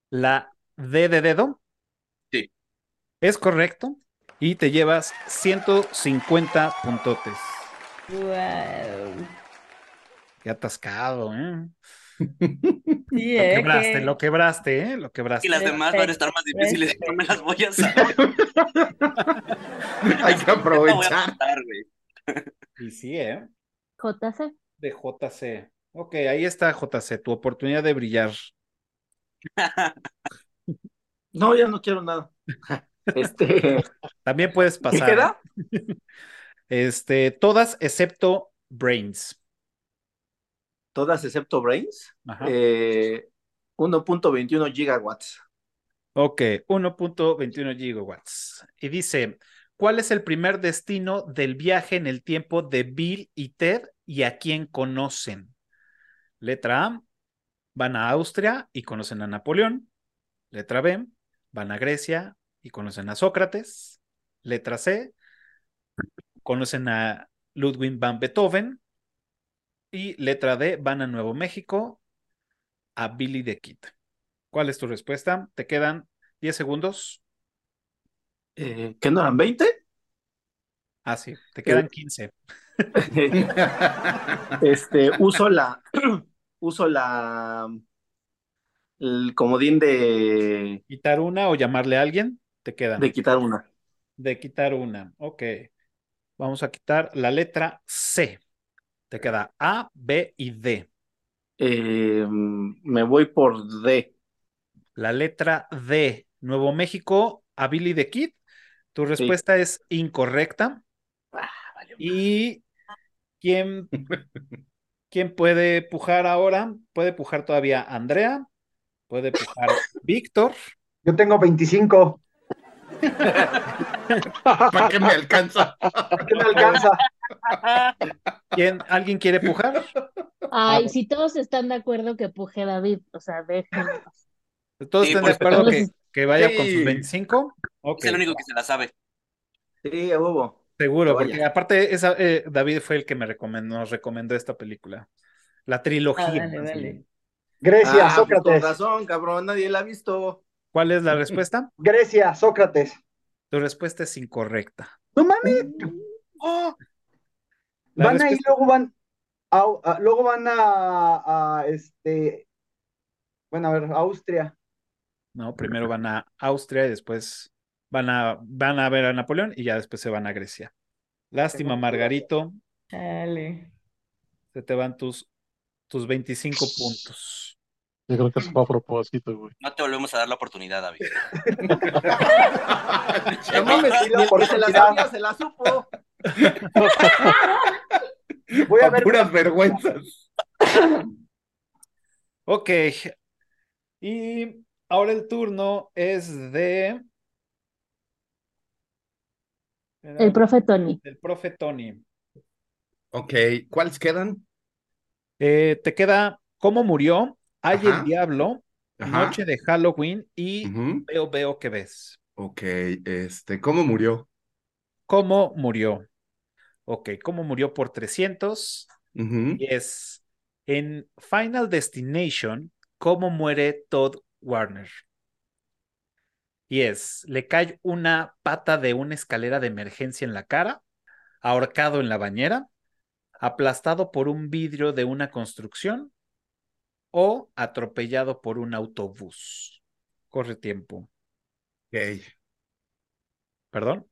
A: ¿La D de dedo?
B: Sí.
A: Es correcto. Y te llevas 150 puntotes.
F: Guau.
A: Qué atascado, ¿eh?
F: Sí,
A: Lo
F: eh,
A: quebraste,
F: que-
A: lo quebraste, ¿eh? Lo
B: Y
A: quebraste.
B: las demás van a estar más difíciles. No me las voy a saber.
C: Hay que
B: No voy a
C: aprovechar.
B: apuntar, güey.
A: Y sí, ¿eh?
E: JC.
A: De JC. Ok, ahí está JC, tu oportunidad de brillar.
D: No, ya no quiero nada. Este.
A: También puedes
D: ¿Qué
A: pasar. ¿eh?
D: era?
A: Este, todas excepto Brains.
D: Todas excepto Brains.
A: Ajá.
D: Eh, 1.21 gigawatts.
A: Ok, 1.21 gigawatts. Y dice, ¿cuál es el primer destino del viaje en el tiempo de Bill y Ted y a quién conocen? Letra A, van a Austria y conocen a Napoleón. Letra B, van a Grecia y conocen a Sócrates. Letra C, conocen a Ludwig van Beethoven. Y letra D, van a Nuevo México a Billy the Kid. ¿Cuál es tu respuesta? Te quedan 10 segundos.
D: Eh, ¿qué no eran 20?
A: Ah, sí, te quedan 15.
D: Este, uso la, uso la, el comodín de,
A: Quitar una o llamarle a alguien, te quedan.
D: de quitar una.
A: de quitar una. Ok. Vamos a quitar la letra C. Te queda A, B y D.
D: Eh, me voy por D.
A: La letra D. Nuevo México, a Billy the Kid. Tu respuesta es incorrecta. ¿Y quién, quién puede pujar ahora? Puede pujar todavía Andrea, puede pujar Víctor,
H: Yo tengo 25.
C: ¿Para qué me alcanza?
H: ¿Qué me alcanza?
A: ¿Quién, ¿alguien quiere pujar?
E: Ay, si todos están de acuerdo que puje David, o sea, déjenme.
A: ¿Todos
B: Sí,
A: están de
B: por
A: acuerdo que,
E: supuesto.
A: que vaya con sus
C: Sí.
A: 25? Ok,
B: Es el único que se la sabe.
D: Sí, a huevo.
A: seguro,
D: Vaya.
A: porque aparte esa, eh, David fue el que me recomendó, nos recomendó esta película. La trilogía.
F: Ah, vale,
A: más bien.
F: vale.
H: Grecia,
D: Ah, pues con
H: Sócrates.
D: razón, cabrón, nadie la ha visto.
A: ¿Cuál es la respuesta?
H: Grecia, Sócrates.
A: Tu respuesta es incorrecta.
H: No mames.
D: Oh,
A: La
H: van ahí,
A: respuesta-
H: luego van. a- a- luego van a, a, este. Bueno, a ver, Austria.
A: No, primero van a Austria y después van a, van a ver a Napoleón y ya después se van a Grecia. Lástima, Margarito,
F: Dale.
A: se te van tus, tus 25 puntos.
G: Yo creo que eso fue a propósito, güey.
B: No te volvemos a dar la oportunidad, David.
D: No mames,
H: Sí, la
D: porque se la
H: oportunidad.
D: sabía, se la supo.
H: Voy a
C: Con
H: ver.
C: puras vergüenzas.
A: Ok. Y ahora el turno es de...
E: El profe Tony.
A: Del profe Tony.
C: Ok, ¿cuáles quedan?
A: Eh, te queda ¿Cómo murió? Hay el
C: Ajá.
A: diablo,
C: Ajá.
A: Noche de Halloween y
C: Ujú.
A: Veo, veo que ves.
C: Ok, este, ¿cómo murió?
A: ¿Cómo murió? Ok, ¿cómo murió por 300?
C: Ujú.
A: Y es en Final Destination, ¿cómo muere Todd Warner? Y es, le cae una pata de una escalera de emergencia en la cara, ahorcado en la bañera, aplastado por un vidrio de una construcción o atropellado por un autobús. Corre tiempo. ¿Perdón?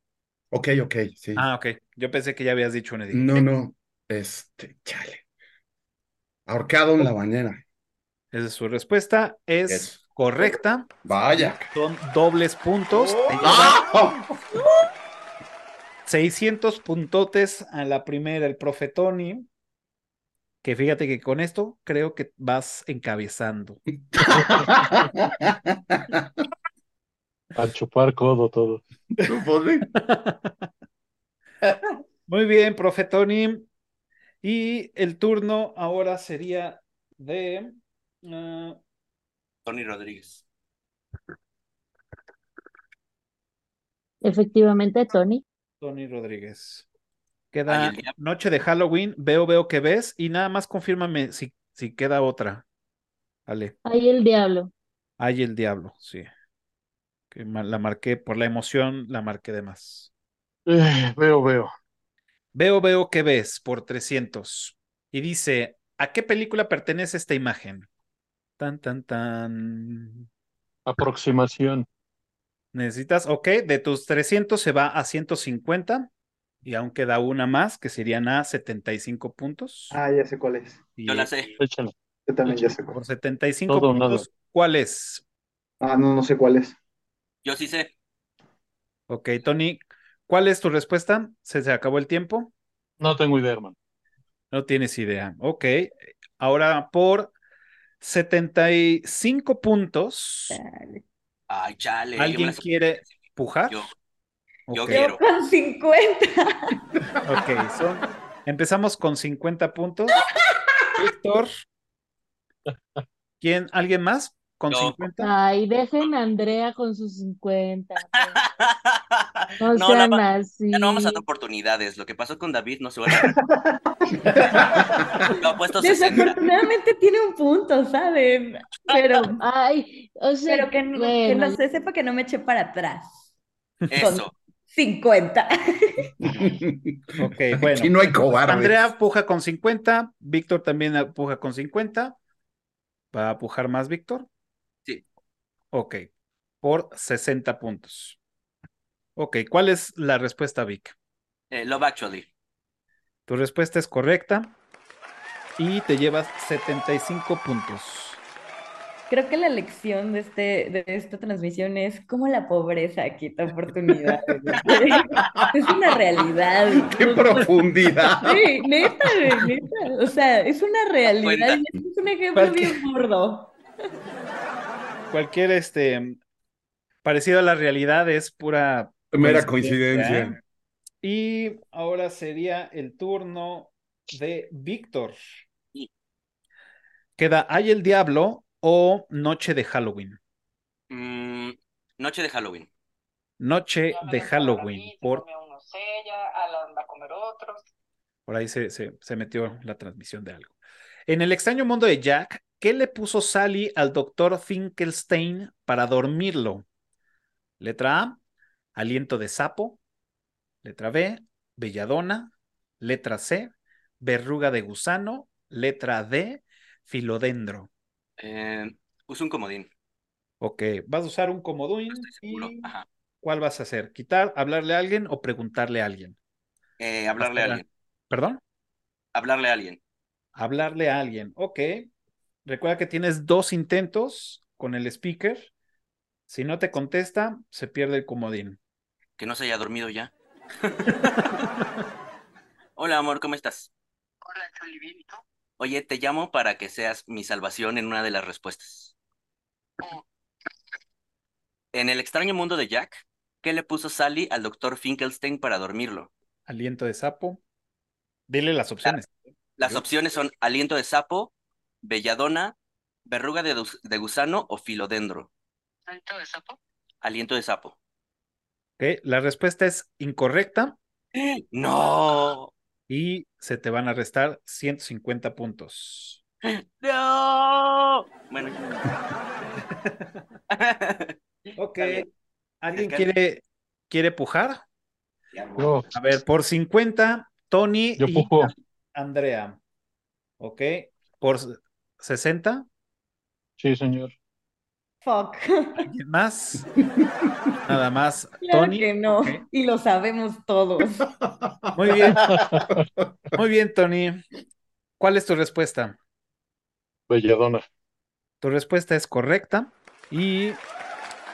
C: Ok, ok, ok, sí.
A: Ah, ok. Yo pensé que ya habías dicho una. y dije,
C: No, no, este, chale. Ahorcado en la bañera.
A: Esa es su respuesta. Es
C: Yes.
A: correcta.
C: Vaya.
A: Son dobles puntos.
D: Oh.
A: Te llevan
C: ¡Ah!
A: 600 puntotes a la primera, el profe Tony. Que fíjate que con esto creo que vas encabezando.
G: A chupar codo todo.
C: Supone.
A: Muy bien, profe Tony. Y el turno ahora sería de. ah,
B: Tony Rodríguez.
E: Efectivamente, Tony.
A: Tony Rodríguez. Queda
B: Ay, el diablo.
A: Noche de Halloween, veo, veo que ves, y nada más confírmame si, si queda otra. Vale,
E: Ahí el diablo.
A: hay el diablo, sí. Que ma- la marqué por la emoción, la marqué de más.
G: Eh, veo, veo.
A: Veo, veo que ves por 300. Y dice, ¿a qué película pertenece esta imagen? Tan, tan, tan.
G: Aproximación.
A: Necesitas, ok, de tus 300 se va a 150 y aún queda una más que serían a 75 puntos.
H: Ah, ya sé cuál es.
A: Y
B: Yo la sé.
G: Échale.
H: Yo también ya sé cuál
A: Por
H: es.
A: 75
G: Todo o nada.
A: puntos, ¿cuál es?
H: Ah, no, no sé cuál es.
B: Yo sí sé.
A: Ok, Tony, ¿cuál es tu respuesta? ¿Se, se acabó el tiempo?
G: No tengo idea, hermano.
A: No tienes idea. Ok, ahora por 75 puntos,
F: Dale.
B: Ay, chale. yo me
A: ¿alguien
B: la sé.
A: quiere pujar?
B: Yo. yo
A: Ok,
B: quiero.
F: Yo con 50.
A: ok, son- empezamos con 50 puntos. Víctor, ¿quién? ¿Alguien más con
B: Yo.
A: 50?
E: Ay, dejen a Andrea con sus 50. No
B: No, la
E: sean
B: va-
E: así.
B: ya no vamos a dar oportunidades. Lo que pasó con David no se va a Lo ha puesto 60.
F: Desafortunadamente tiene un punto, ¿saben? Pero,
E: Ay, o sea,
F: pero que, no- que
E: bueno,
F: no se sepa que no me eché para atrás.
B: Eso.
F: 50.
A: Ok,
C: Aquí
A: bueno.
C: no hay cobardes.
A: Andrea puja con 50, Víctor también ah, puja con 50. ¿Va a pujar más, Víctor?
B: Sí.
A: Ok, por 60 puntos. Ok, ¿cuál es la respuesta, Vic?
B: Eh, Love Actually.
A: Tu respuesta es correcta y te llevas 75 puntos.
F: Creo que la lección de, este, de esta transmisión es cómo la pobreza quita oportunidades. es una realidad.
C: ¡Qué profundidad!
F: Sí, neta, güey, neta. O sea, es una realidad. y Es un ejemplo
A: Cualquier-
F: bien burdo.
A: Cualquier este parecido a la realidad es pura
C: Mera
A: coincidencia.
C: coincidencia.
A: Y ahora sería el turno de Víctor.
B: Sí.
A: Queda Hay el Diablo o Noche de Halloween.
B: Mm, noche de Halloween.
A: Noche
I: Ya me
A: de
I: los
A: Halloween.
I: comí, se
A: Por,
I: comió unos ella, Alan va a comer otros.
A: por ahí se, se- se metió la transmisión de algo. En el extraño mundo de Jack, ¿qué le puso Sally al doctor Finkelstein para dormirlo? Letra A, aliento de sapo. Letra B, belladona. Letra C, verruga de gusano. Letra D, filodendro.
B: Eh, uso un comodín.
A: Ok, vas a usar un comodín
B: Estoy seguro.
A: y
B: Ajá.
A: ¿cuál vas a hacer? ¿Quitar, hablarle a alguien o preguntarle a alguien?
B: Eh, hablarle a
A: Hasta la-
B: alguien.
A: ¿Perdón?
B: Hablarle a alguien.
A: Hablarle a alguien. Ok. Recuerda que tienes dos intentos con el speaker. Si no te contesta, se pierde el comodín.
B: Que no se haya dormido ya. Hola, amor, ¿cómo estás?
I: Hola, Chuli, bien, ¿y tú?
B: Oye, te llamo para que seas mi salvación en una de las respuestas.
I: Oh.
B: En el extraño mundo de Jack, ¿qué le puso Sally al doctor Finkelstein para dormirlo?
A: Aliento de sapo. Dile las opciones.
B: Las
A: Yo-
B: opciones son aliento de sapo, belladona, verruga de, dus- de gusano o filodendro.
I: ¿Tanto de sapo?
B: Aliento de sapo.
A: Ok, La respuesta es incorrecta
B: ¡No!
A: y se te van a restar 150 puntos.
B: ¡No! Bueno. ya.
A: Ok.
B: Está bien.
A: ¿Alguien
B: Acá-
A: quiere, quiere pujar?
G: Yo,
A: A ver, por 50, Tony
G: yo
A: y
G: pujo.
A: Andrea. Ok. Por 60.
G: Sí, señor.
F: Fuck.
A: ¿Alguien más? Nada más,
F: Claro
A: Tony.
F: que no.
A: ok.
F: Y lo sabemos todos.
A: Muy bien. Muy bien, Tony. ¿Cuál es tu respuesta?
G: Belladona.
A: Tu respuesta es correcta y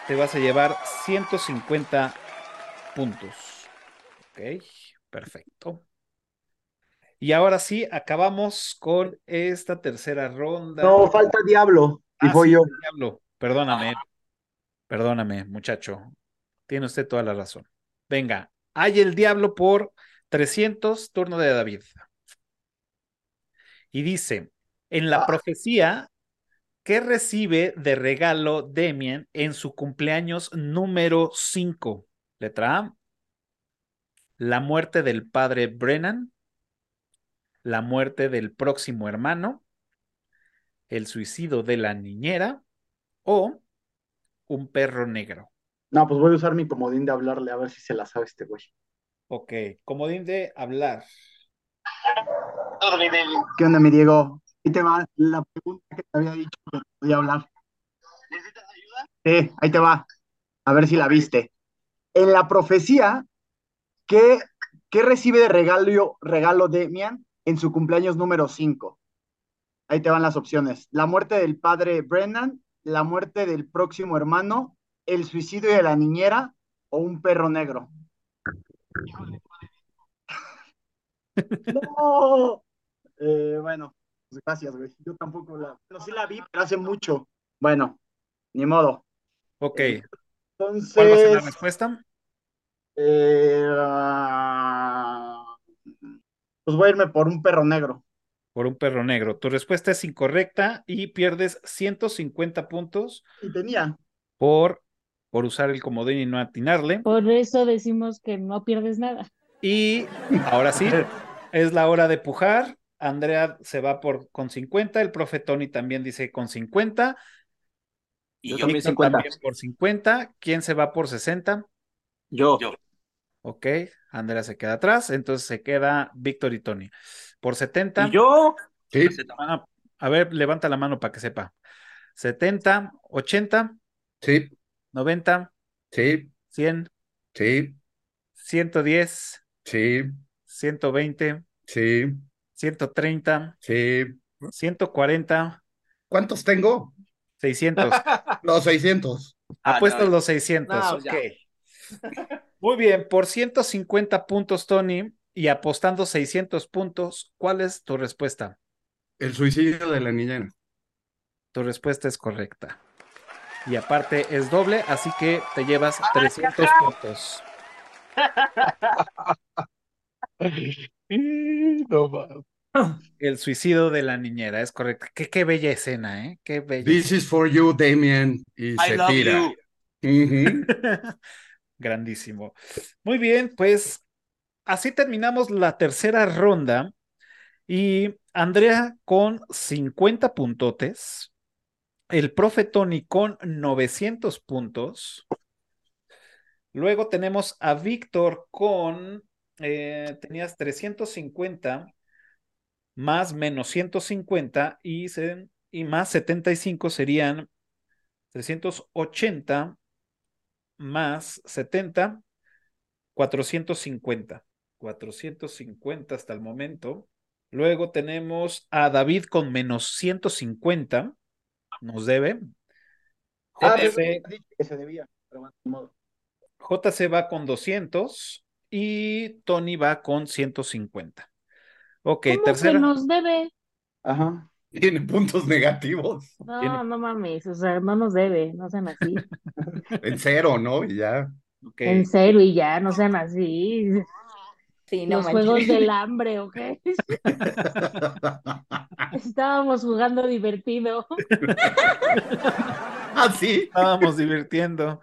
A: te vas a llevar 150 puntos. Ok, perfecto. Y ahora sí, acabamos con esta tercera ronda.
H: No, falta Diablo,
A: Ah,
H: dijo
A: sí,
H: yo.
A: el diablo. Perdóname. Perdóname, muchacho. Tiene usted toda la razón. Venga, hay el diablo por 300, turno de David. Y dice, en la
H: Ah.
A: profecía, ¿qué recibe de regalo Demian en su cumpleaños número 5? Letra A, la muerte del padre Brennan, la muerte del próximo hermano, el suicidio de la niñera o un perro negro.
H: No, pues voy a usar mi comodín de hablarle a ver si se la sabe este güey.
A: Ok, comodín de hablar.
I: Dormí de
H: ¿Qué onda, mi Diego? Ahí te va la pregunta que te había dicho que podía hablar.
I: ¿Necesitas ayuda?
H: Sí, ahí te va. A ver si la viste. En la profecía, ¿qué, qué recibe de regalo, regalo Demian en su cumpleaños número 5? Ahí te van las opciones. La muerte del padre Brennan, la muerte del próximo hermano, el suicidio de la niñera o un perro negro. No. Eh, bueno, pues gracias, güey. Yo tampoco la... Bueno, sí la vi, pero hace mucho. Bueno, ni modo.
A: Ok, ¿cuál va a ser la
H: Entonces,
A: respuesta?
H: eh, ah, pues voy a irme por un perro negro.
A: Por un perro negro. Tu respuesta es incorrecta y pierdes 150 puntos
H: Y tenía.
A: por, por usar el comodín y no atinarle.
E: Por eso decimos que no pierdes nada.
A: Y ahora sí, es la hora de pujar. Andrea se va por con 50, el profe Tony también dice con 50,
B: Y
D: Yo
B: yo,
D: también
A: Víctor
D: 50.
A: también por 50, ¿quién se va por 60?
D: Yo,
B: Yo.
A: Ok, Andrea se queda atrás, entonces se queda Víctor y Tony. Por 70,
D: ¿Y yo,
C: Sí,
A: van a, a ver, levanta la mano para que sepa. 70, 80,
C: sí,
A: 90,
C: sí,
A: 100,
C: Sí,
A: 110,
C: sí,
A: 120,
C: sí,
A: 130,
C: sí.
A: 140,
C: ¿Cuántos tengo?
A: 600.
C: Los 600.
B: Ah,
A: Apuestas
B: no.
A: los 600.
J: No,
A: ok.
J: ya.
A: Muy bien, por 150 puntos, Tony, y apostando 600 puntos, ¿cuál es tu respuesta?
C: El suicidio de la niñera.
A: Tu respuesta es correcta. Y aparte es doble, así que te llevas 300 puntos.
G: No mames.
A: El suicidio de la niñera, es correcto. Qué, qué bella escena, ¿eh? Qué bella.
C: This is for you, Damien. Y
B: I
C: se
B: love
C: tira.
B: you.
C: Ujú.
A: Grandísimo. Muy bien, pues así terminamos la tercera ronda. Y Andrea con 50 puntotes, el profe Tony con 900 puntos. Luego tenemos a Víctor con, eh, tenías 350 más menos 150 y, se- y más 75 serían 380 más 70, 450. 450 hasta el momento. Luego tenemos a David con menos 150. Nos debe.
H: Ah,
A: JC,
H: pero había dicho que se debía, pero bueno, ni modo.
A: JC va con 200 y Tony va con 150. Ok,
E: ¿Cómo
A: tercera.
E: que nos debe?
J: Ajá.
C: Tiene puntos negativos.
E: No,
A: Tiene-
E: no mames, o sea, no nos debe, no sean así.
C: En cero, ¿no? Y ya.
A: ok.
E: En serio, y ya, no sean así.
F: Sí, no
E: Los
F: manches.
E: juegos del hambre, ¿ok? Estábamos jugando divertido.
C: ah, sí.
A: Estábamos divirtiendo.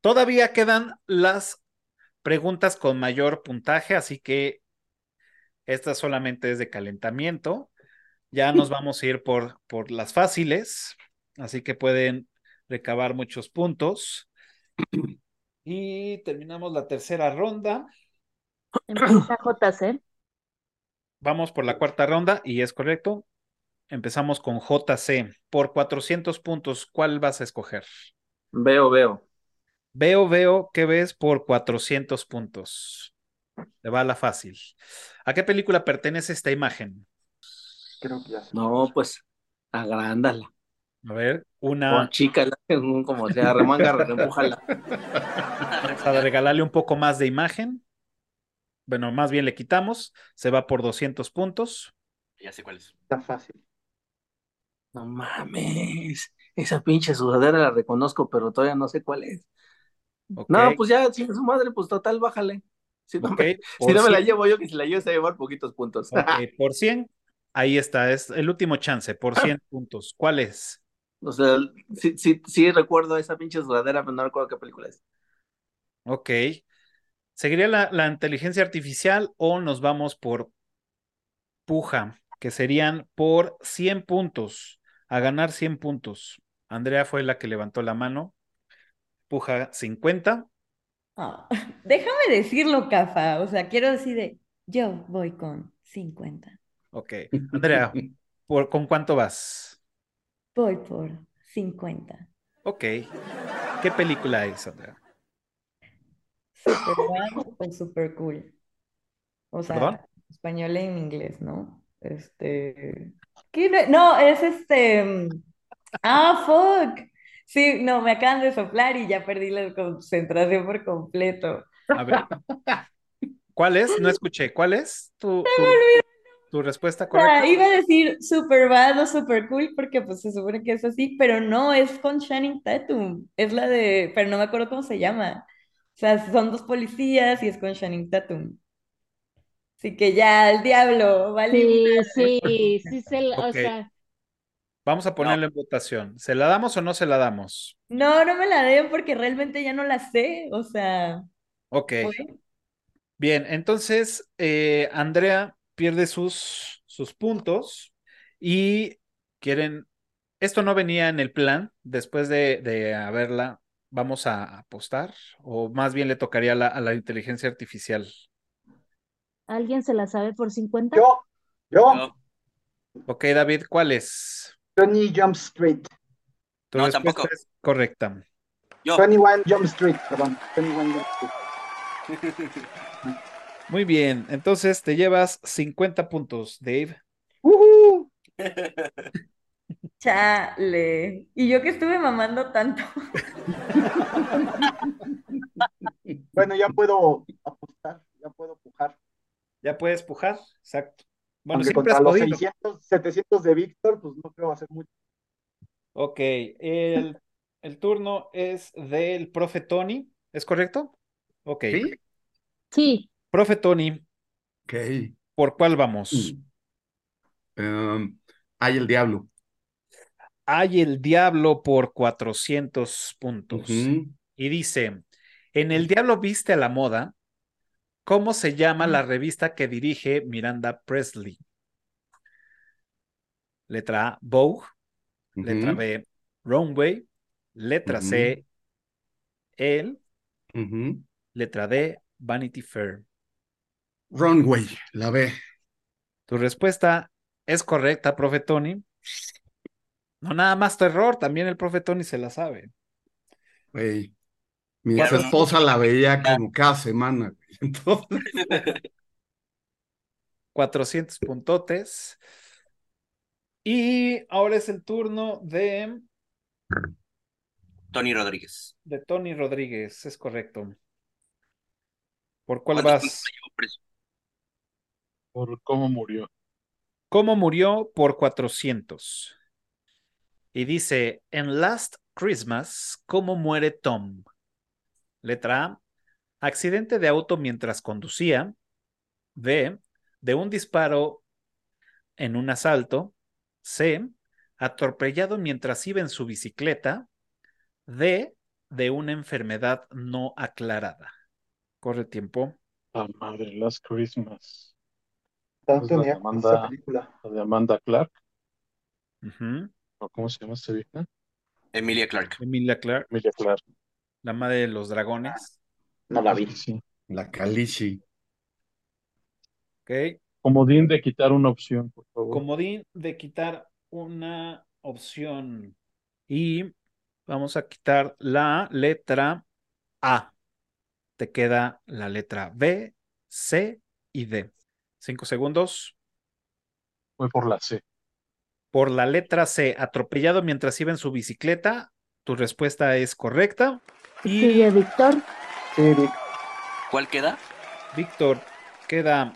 A: Todavía quedan las preguntas con mayor puntaje, así que esta solamente es de calentamiento. Ya nos vamos a ir por, por las fáciles, así que pueden recabar muchos puntos. Y terminamos la tercera ronda.
E: Empieza JC.
A: Vamos por la cuarta ronda y es correcto. Empezamos con JC. Por 400 puntos, ¿cuál vas a escoger?
D: Veo, veo.
A: Veo, veo que ves por 400 puntos. Te va la fácil. ¿A qué película pertenece esta imagen?
J: Creo que ya sé.
D: No, pues agrándala.
A: A ver,
D: O
A: una
D: achícala, como sea, remanga, empújala.
A: para regalarle un poco más de imagen. Bueno, más bien le quitamos. Se va por 200 puntos.
B: Ya sé cuál es.
J: Está fácil.
D: No mames. Esa pinche sudadera la reconozco, pero todavía no sé cuál es.
A: Ok,
D: No, pues ya, si es su madre, pues total, bájale. Si no,
A: ok,
D: me, si
A: por
D: no me la
A: 100.
D: llevo yo, que si la llevo se va a llevar poquitos puntos.
A: Ok, por 100. Ahí está, es el último chance,
D: Ah.
A: por 100 puntos. ¿Cuál es?
D: O sea, sí, sí, sí recuerdo esa pinche sudadera, pero no recuerdo qué película es.
A: Ok. ¿Seguiría la, la inteligencia artificial o nos vamos por puja, que serían por 100 puntos, a ganar 100 puntos? Andrea fue la que levantó la mano. Puja 50.
F: Ah, Déjame decirlo, Cafa. O sea, quiero decir de yo voy con 50.
A: Ok. Andrea, ¿por, ¿con cuánto vas?
F: Voy por 50.
A: Ok. ¿Qué película es, Andrea?
F: Super guau o super cool. O sea,
A: ¿Perdón?
F: español en inglés, ¿no? Este. ¿Qué no? No, es este. mm, Ah, fuck. Sí, no, me acaban de soplar y ya perdí la concentración por completo.
A: A ver. ¿Cuál es? No escuché. ¿Cuál es tu, tu, tu respuesta
F: O sea,
A: correcta?
F: Ah, iba a decir super bad o super cool porque pues se supone que es así, pero no, es con Channing Tatum. Es la de, pero no me acuerdo cómo se llama. O sea, son dos policías y es con Channing Tatum. Así que ya, al diablo, vale.
E: Sí, sí, sí, se la- o
A: Ok.
E: sea,
A: Vamos a ponerlo en votación. ¿Se la damos o no se la damos?
F: No, no me la den porque realmente ya no la sé. O sea,
A: Ok.
F: fue-
A: Bien, entonces eh, Andrea pierde sus, sus puntos y quieren, esto no venía en el plan, después de, de haberla, vamos a apostar o más bien le tocaría a la, a la inteligencia artificial.
E: ¿alguien se la sabe por 50?
H: Yo,
J: Oh.
H: yo,
B: No,
A: Ok, David, ¿cuál es?
H: Johnny Jump Street.
A: Tu
B: No,
A: respuesta
B: tampoco.
A: es correcta.
B: yo,
H: 21 Jump Street, perdón. 21 Jump Street.
A: Muy bien, entonces te llevas 50 puntos, Dave.
H: ¡Uhú!
F: Chale. Y yo que estuve mamando tanto.
H: Bueno, ya puedo apostar, ya puedo pujar.
A: Ya puedes pujar, exacto. Bueno,
H: Aunque
A: siempre has
H: contra los
A: podido.
H: 600, 700 de Víctor, pues no creo hacer mucho.
A: Ok, el, el turno es del profe Tony, ¿es correcto? Ok.
C: Sí.
E: Sí,
A: Profe Tony,
C: Ok.
A: ¿por cuál
C: Mm.
A: vamos?
C: Em, ay, el diablo.
A: Hay el diablo por 400 puntos.
C: Ujú.
A: Y dice, en El Diablo Viste a la Moda, ¿cómo se llama
C: Mm.
A: la revista que dirige Miranda Presley? Letra A, Vogue. Letra
C: Ujú.
A: B, Runway. Letra C, Elle.
C: Ujú.
A: Letra D, Vanity Fair.
C: Runway, la B.
A: Tu respuesta es correcta, profe Tony. No nada más tu error, también el profe Tony se la sabe.
C: Güey. Mi
B: Claro.
C: ex esposa la veía como cada semana, güey. Entonces,
A: 400 puntotes. Y ahora es el turno de,
B: Tony Rodríguez.
A: de Tony Rodríguez, es correcto. ¿Por cuál
B: ¿Cuántos
A: vas?
B: puntos me llevo preso?
G: por cómo murió.
A: ¿Cómo murió por 400? Y dice, en Last Christmas, ¿cómo muere Tom? Letra A, accidente de auto mientras conducía. B, de un disparo en un asalto. C, atropellado mientras iba en su bicicleta. D, de una enfermedad no aclarada. Corre tiempo.
G: La madre, Last Christmas.
J: Tanto
G: Es
C: Pues,
G: la
J: tenía
G: demanda.
J: esa película.
G: La de Amanda Clark,
A: Ujú.
G: ¿o cómo se llama esta vieja?
B: Emilia Clark.
A: Emilia Clark,
G: Emilia Clark.
A: la madre de los dragones.
J: No la vi.
G: Sí.
C: la Calichi.
A: Ok.
G: Comodín de quitar una opción, por favor.
A: Comodín de quitar una opción. Y vamos a quitar la letra A. Te queda la letra B, C y D. Cinco segundos.
G: Voy por la C.
A: Por la letra C, atropellado mientras iba en su bicicleta. Tu respuesta es correcta. Y
E: sigue Víctor.
J: Sí, Vic.
B: ¿Cuál queda?
A: Víctor, queda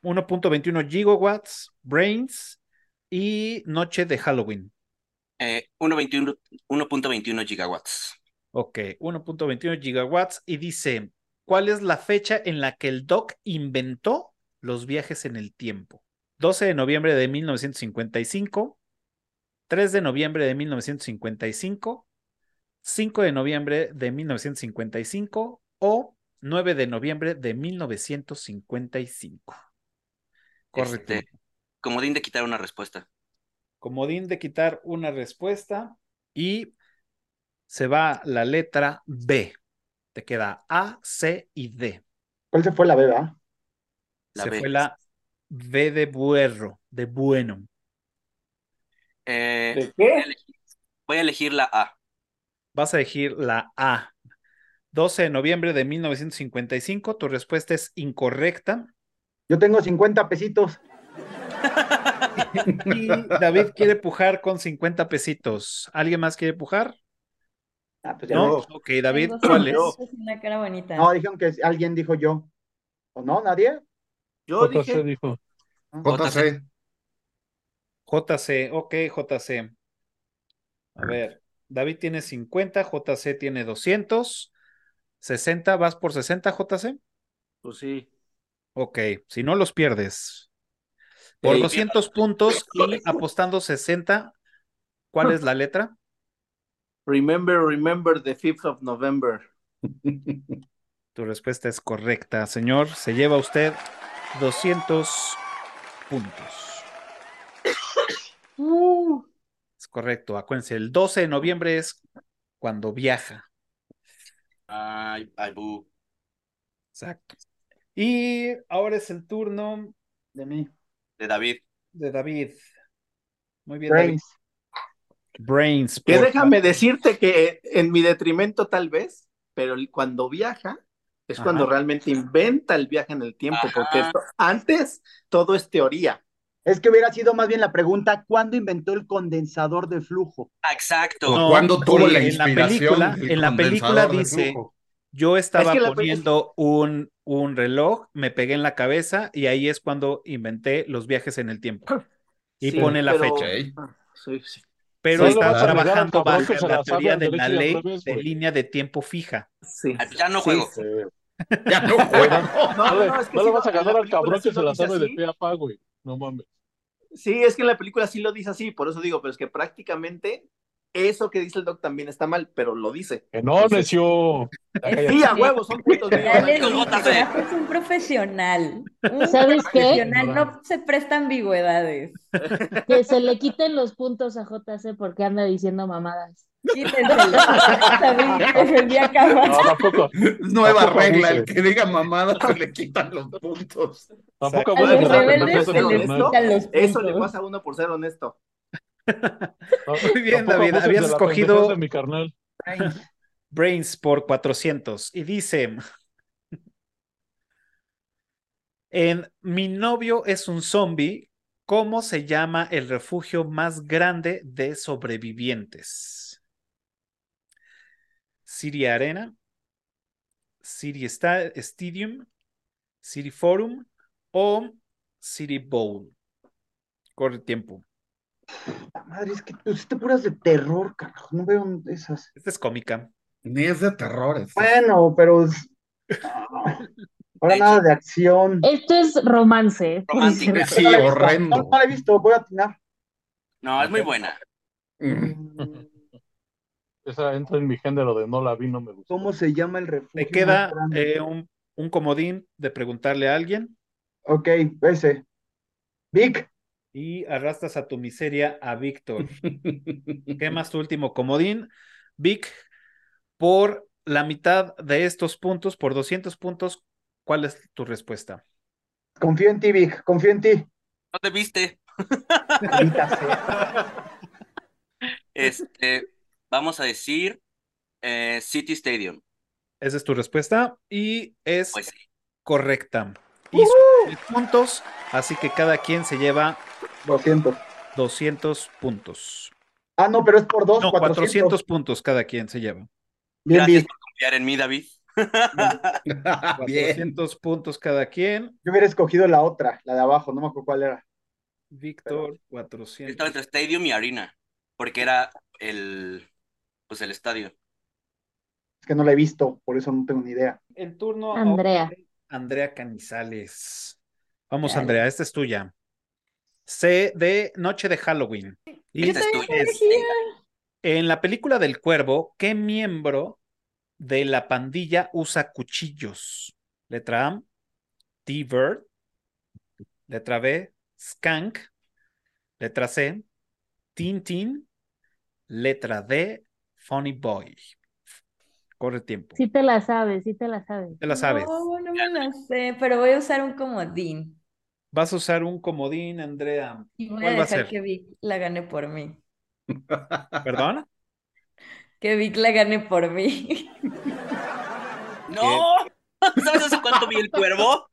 A: 1.21 gigawatts, Brains y Noche de Halloween.
B: Eh, 1.21 1.21 gigawatts.
A: Ok, 1.21 gigawatts y dice, ¿cuál es la fecha en la que el Doc inventó los viajes en el tiempo? 12 de noviembre de 1955, 3 de noviembre de 1955, 5 de noviembre de 1955 o 9 de noviembre de 1955. Correcto.
B: Este, comodín de quitar una respuesta.
A: Comodín de quitar una respuesta y se va la letra B. Te queda A, C y D.
J: ¿Cuál se fue la beba?
B: La
A: se
B: B.
A: fue la B de buerro, de bueno.
B: Eh,
J: ¿De qué?
B: voy a elegir la A.
A: Vas a elegir la A. 12 de noviembre de 1955, tu respuesta es incorrecta.
H: Yo tengo 50 pesitos.
A: Y David quiere pujar con 50 pesitos. ¿Alguien más quiere pujar?
J: Ah, pues ya
A: No.
J: ves.
A: Ok, David,
F: Tengo
A: ¿cuál es?
F: cinco pesos y Una cara bonita.
H: No, dijeron que alguien dijo yo. ¿O no? ¿Nadie?
D: Yo
G: Otra C
D: dije,
G: dijo.
C: JC.
A: JC, ok, JC. A ver, David tiene 50, JC tiene 200, 60, ¿vas por 60, JC?
D: pues sí.
A: Ok, si no los pierdes. Por
B: Sí,
A: 200 puntos y apostando 60, ¿cuál es la letra?
D: Remember, remember the 5th of November.
A: Tu respuesta es correcta, señor. Se lleva usted 200 puntos.
H: Uh,
A: Es correcto, acuérdense, el 12 de noviembre es cuando viaja.
B: Ay, ay, bu.
A: Exacto. Y ahora es el turno
H: de mí.
B: De David.
A: De David. Muy bien, David.
H: Brains.
A: Brains.
D: Que
A: por
D: déjame decirte que en mi detrimento tal vez, pero cuando viaja, Es
A: Ajá.
D: cuando realmente inventa el viaje en el tiempo, porque
B: Ajá.
D: esto- antes todo es teoría.
H: Es que hubiera sido más bien la pregunta, ¿cuándo inventó el condensador de flujo?
B: Ah, Exacto.
A: No,
C: ¿Cuándo tuvo
A: porque
C: la
A: en la
C: inspiración
A: película-
C: del
A: en la película
C: condensador de
A: dice-
C: flujo?
A: Yo estaba
D: que la-
A: poniendo un, un reloj, me pegué en la cabeza y ahí es cuando inventé los viajes en el tiempo. Y
D: Sí,
A: pone la
D: pero-
A: fecha.
C: Ok.
D: Sí, sí.
A: Pero
G: Solo
A: está
G: vas a negar al
A: trabajando
G: cabrón que
A: bajo
G: se
A: la
G: la sabe
A: teoría
G: al
A: de la
G: derecho y al
A: ley
G: revés,
A: de
G: güey.
A: línea de tiempo fija.
D: sí.
B: pues, Ya no
D: Sí,
B: juego.
D: sí.
C: Ya no juego.
D: No,
G: No, le-
D: no, es que
G: Eh, no
D: sí
G: le
D: lo-
G: vas a
D: en la
G: ganar al
D: película
G: cabrón
D: sí
G: que se
D: lo
G: la
D: dice
G: sabe de
D: así.
G: pe a pa, güey. No mames.
D: Sí, es que en la película sí lo dice así, por eso digo, pero es que prácticamente eso que dice el doc también está mal, pero lo dice.
G: Que no, necio. Ya cállate.
D: Sí, a huevo, son puntos míos.
F: Ya les
B: Con
F: dije,
B: botas de-
F: Rafa es un profesional. Un
E: ¿Sabes qué?
F: profesional no se presta ambigüedades.
E: Que se le quiten los puntos a JC porque anda diciendo mamadas.
F: Quítenselos. También defendí a Cabas.
G: No, tampoco.
C: Nueva
G: Tampoco
C: regla,
G: abuse.
C: el que diga mamada se le quitan los puntos.
G: Tampoco
F: A
G: voy a
F: los
G: empezar a
D: rebeldes
F: rebeldes
G: defender su
F: se les
G: carnal.
F: quitan los
D: Eso le
F: puntos.
D: pasa a uno por ser honesto.
G: No,
A: Muy bien,
G: tampoco
A: David,
G: abuses
A: habías
G: de la
A: escogido-
G: pendejez de mi carnal.
A: Brains por 400 y dice, en Mi novio es un zombie, ¿cómo se llama el refugio más grande de sobrevivientes? City Arena, City Sta- Stadium, City Forum o City Bowl. Corre tiempo.
J: La madre, es que tú hiciste puras de terror, carajo. No veo un- esas.
A: Esta es cómica.
C: Ni es de terror. es-
J: Bueno, pero. es- Ahora
B: De
J: nada
B: hecho.
J: de
A: eh,
J: acción.
E: Esto es romance. ¿eh?
B: Romántico.
E: por
C: Sí,
J: No la he visto.
C: horrendo.
J: No, no la he visto, voy a atinar.
B: No, es muy buena.
C: Mm.
G: Esa entra en mi género de no la vi, no me gustó.
J: ¿Cómo se llama el refugio?
A: Te queda
J: más grande?
A: eh, un, un comodín de preguntarle a alguien
J: Ok, ese. Vic,
A: y arrastras a tu miseria a Víctor. Quemas tu último comodín, Vic, por la mitad de estos puntos, por 200 puntos, ¿cuál es tu respuesta?
J: confío en ti, Vic, confío en ti.
B: No te viste.
J: Maldita sea.
B: Este, vamos a decir eh, City Stadium.
A: Esa es tu respuesta y es
B: Pues sí.
A: correcta. Y son 10 puntos, así que cada quien se lleva
J: 200.
A: 200 puntos.
J: Ah, no, pero es por dos,
A: No,
J: 400.
A: 400 puntos cada quien se lleva.
J: Bien,
B: Gracias
J: Vic.
B: por confiar en mí, David.
C: Ah, Bien.
A: 400 puntos cada quien.
J: Yo hubiera escogido la otra, la de abajo, no me acuerdo cuál era.
A: Víctor,
B: Estaba
A: 400.
B: entre Stadium y Arena, porque era el, pues el estadio.
J: Es que no la he visto, por eso no tengo ni idea.
A: El turno ahora
E: Andrea.
A: de Andrea Canizales. Vamos,
F: Dale.
A: Andrea, esta es tuya. C de Noche de Halloween. Y
B: Yo también
A: es- en la película del cuervo, ¿qué miembro de la pandilla usa cuchillos? Letra A, T-Bird. Letra B, Skank. Letra C, Tintin. Letra D, Funny Boy. Corre tiempo.
E: Sí te la sabes, sí te la sabes.
A: Te la sabes.
F: No, no me la sé, pero voy a usar un comodín.
A: Vas a usar un comodín, Andrea.
F: Y voy a
A: ¿Cuál va a
F: dejar
A: ser?
F: que Vic la gane por mí.
A: ¿Perdón?
F: Que Vic la gane por mí.
B: ¡No! ¿Sabes hace cuánto vi el cuervo?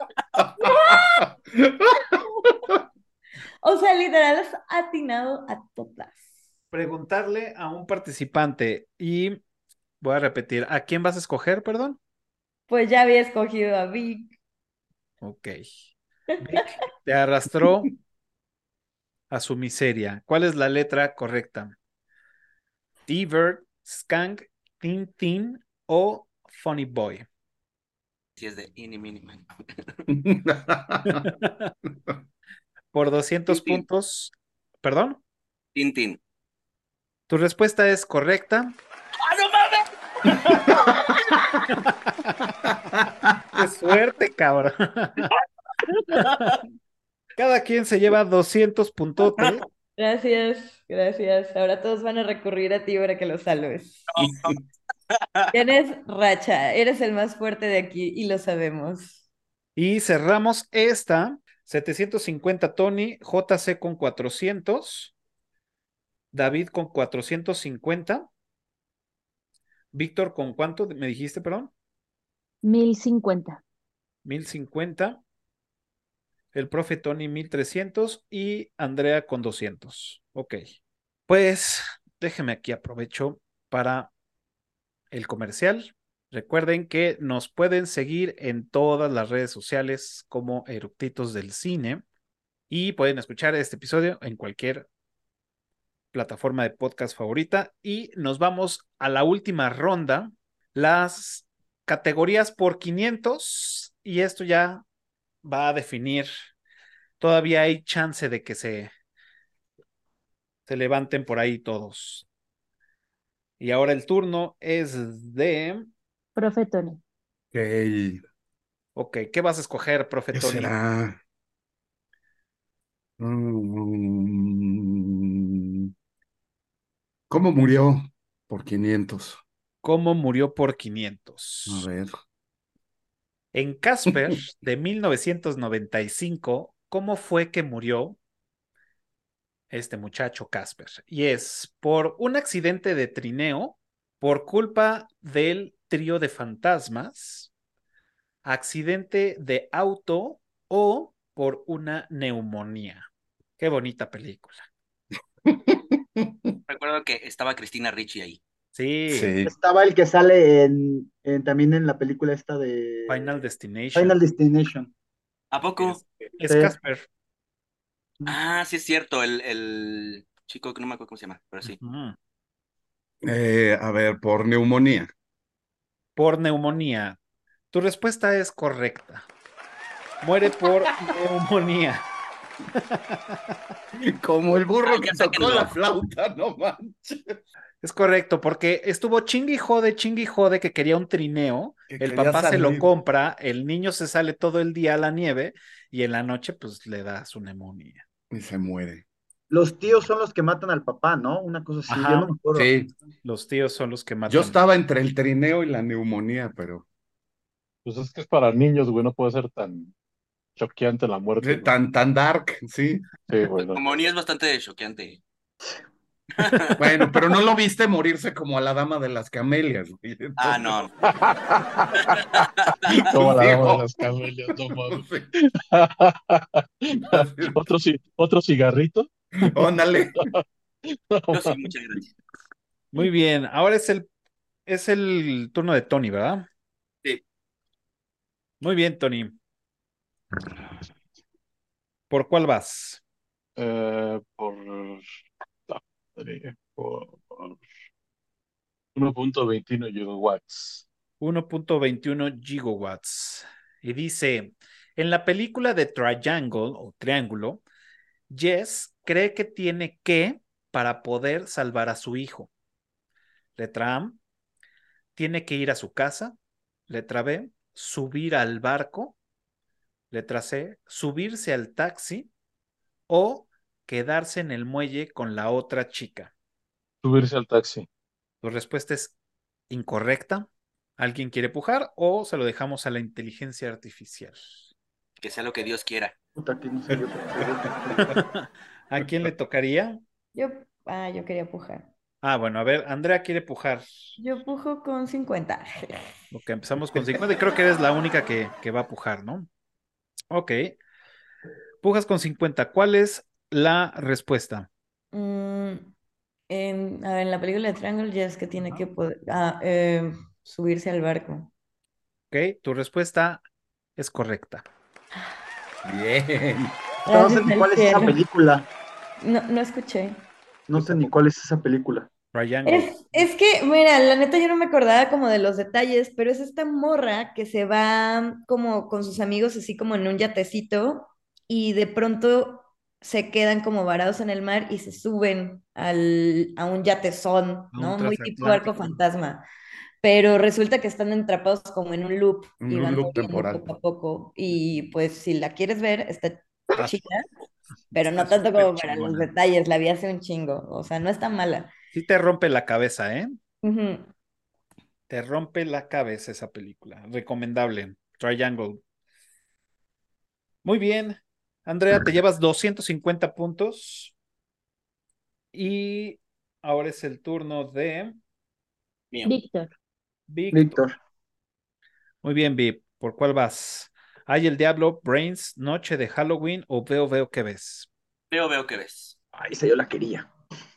F: O sea, literal, has atinado a todas.
A: Preguntarle a un participante y voy a repetir, ¿a quién vas a escoger, perdón?
F: Pues ya había escogido a Vic.
A: Ok. Vic te arrastró a su miseria. ¿Cuál es la letra correcta? T-Bird, Skank, Tintin o Funny Boy.
B: Sí, es de Inny Miniman.
A: Por 200
B: Tintín.
A: puntos. ¿Perdón?
B: Tintin.
A: Tu respuesta es correcta.
B: ¡Ah, no mames!
A: ¡Qué suerte, cabrón! Cada quien se lleva 200 puntotes.
F: Gracias, gracias. Ahora todos van a recurrir a ti para que los salves.
B: Oh,
F: Tienes racha, eres el más fuerte de aquí y lo sabemos.
A: Y cerramos esta. 750 Tony, JC con 400, David con 450, Víctor con cuánto me dijiste, perdón?
E: 1050.
A: 1050. El profe Tony 1300 y Andrea con 200. Ok. Pues déjeme aquí aprovecho para el comercial. Recuerden que nos pueden seguir en todas las redes sociales como Eructitos del Cine y pueden escuchar este episodio en cualquier plataforma de podcast favorita. Y nos vamos a la última ronda, las categorías por 500 y esto ya va a definir. Todavía hay chance de que se, se levanten por ahí todos. Y ahora el turno es de...
E: Profe Tony.
C: Ok.
A: Ok, ¿qué vas a escoger, profe
C: ¿Qué
A: Tony?
C: será? Mm, ¿Cómo murió? Por 500.
A: ¿Cómo murió por 500?
C: A ver.
A: En Casper de 1995, ¿cómo fue que murió este muchacho Casper? Y es por un accidente de trineo, por culpa del trío de fantasmas, accidente de auto o por una neumonía. Qué bonita película.
B: Recuerdo que estaba Cristina Ricci ahí.
A: Sí,
C: Sí.
J: Estaba el que sale en, en- también en la película esta de
A: Final Destination.
J: Final Destination.
B: ¿A poco?
A: Es
J: Sí.
A: Casper.
B: Ah, sí es cierto, el, el chico que no me acuerdo cómo se llama, pero sí.
A: Ujú.
C: Eh, a ver, por neumonía.
A: por neumonía. Tu respuesta es correcta. Muere por neumonía.
C: Como el burro
B: Ay,
C: que
B: ya
C: tocó
B: sáquenlo.
C: la flauta, no manches.
A: Es correcto, porque estuvo chingue y jode, chingue y jode que quería un trineo.
C: Que
A: el
C: quería
A: papá se lo
C: salir.
A: compra, el niño se sale todo el día a la nieve y en la noche pues le da su neumonía.
C: Y se muere.
J: Los tíos son los que matan al papá, ¿no? Una cosa así,
A: Ajá.
J: yo no me acuerdo.
C: Sí,
A: Los tíos son los que matan.
C: yo estaba entre el trineo y la neumonía, pero
G: Pues es que es para niños, güey, no puede ser tan choqueante la muerte. güey.
C: tan, tan dark, sí.
G: Sí, güey, no.
B: Como ni es bastante choqueante.
C: Bueno, pero no lo viste morirse como a la dama de las camelias. güey.
B: Ah, no.
G: Como la dama de
C: Digo,
G: las camelias, no mames.
C: sí,
G: ¿Otro, ci- otro cigarrito?
C: Óndale.
G: No
B: Yo sí,
G: mames.
B: muchas gracias.
A: Muy bien, ahora es el, es el turno de Tony, ¿verdad?
B: Sí.
A: Muy bien, Tony. ¿Por cuál vas?
G: Eh, por... ah, madre, por... 1.21 gigawatts.
A: 1.21 gigawatts. Y dice, en la película de Triangle o Triángulo, Jess cree que tiene que para poder salvar a su hijo. Letra A, tiene que ir a su casa. Letra B, subir al barco. Letra C, subirse al taxi o quedarse en el muelle con la otra chica.
G: Subirse al taxi.
A: Tu respuesta es incorrecta. ¿Alguien quiere pujar o se lo dejamos a la inteligencia artificial?
B: Que sea lo que Dios quiera.
J: Puta, que no sé yo.
A: ¿A quién le tocaría?
F: Yo, ah, yo quería pujar.
A: Ah, bueno, a ver, Andrea quiere pujar.
F: Yo pujo con 50.
A: Ok, empezamos con 50 y creo que eres la única que, que va a pujar, ¿no? Ok. Pujas con 50. ¿Cuál es la respuesta?
F: Mm, en, a ver, en la película de Triangle ya es que tiene que poder, ah, eh, subirse al barco.
A: Ok, tu respuesta es correcta.
C: Bien.
J: No sé
F: Gracias
J: ni
F: al
J: cuál es esa
F: Ah, cielo.
J: película.
F: No, no escuché.
J: No sé ni cuál es esa película.
A: Triangle.
F: Es, es que, mira, la neta yo no me acordaba como de los detalles, pero es esta morra que se va como con sus amigos así como en un yatecito y de pronto se quedan como varados en el mar y se suben al, a un yatezón,
A: un
F: ¿no? Muy tipo
A: transatlántico.
F: barco fantasma. Pero resulta que están atrapados como en un loop
C: En
F: y
C: un
F: van
C: loop
F: muriendo
C: temporal.
F: poco a poco. Y pues si la quieres ver, está
A: Ah,
F: chica, pero no
A: está
F: tanto como
A: súper
F: para los
A: chingona.
F: detalles, la vi hace un chingo, o sea, no está mala.
A: Sí te rompe la cabeza, ¿eh?
F: Ujú.
A: Te rompe la cabeza esa película. Recomendable. Triangle. Muy bien. Andrea, te llevas 250 puntos. Y ahora es el turno de
B: Mío.
E: Víctor.
A: Víctor.
J: Víctor.
A: Muy bien, Vip, ¿por cuál vas? ¿Hay el diablo, Brains, Noche de Halloween o Veo, Veo que ves?
B: Veo, veo que ves.
J: Ay, esa yo la quería.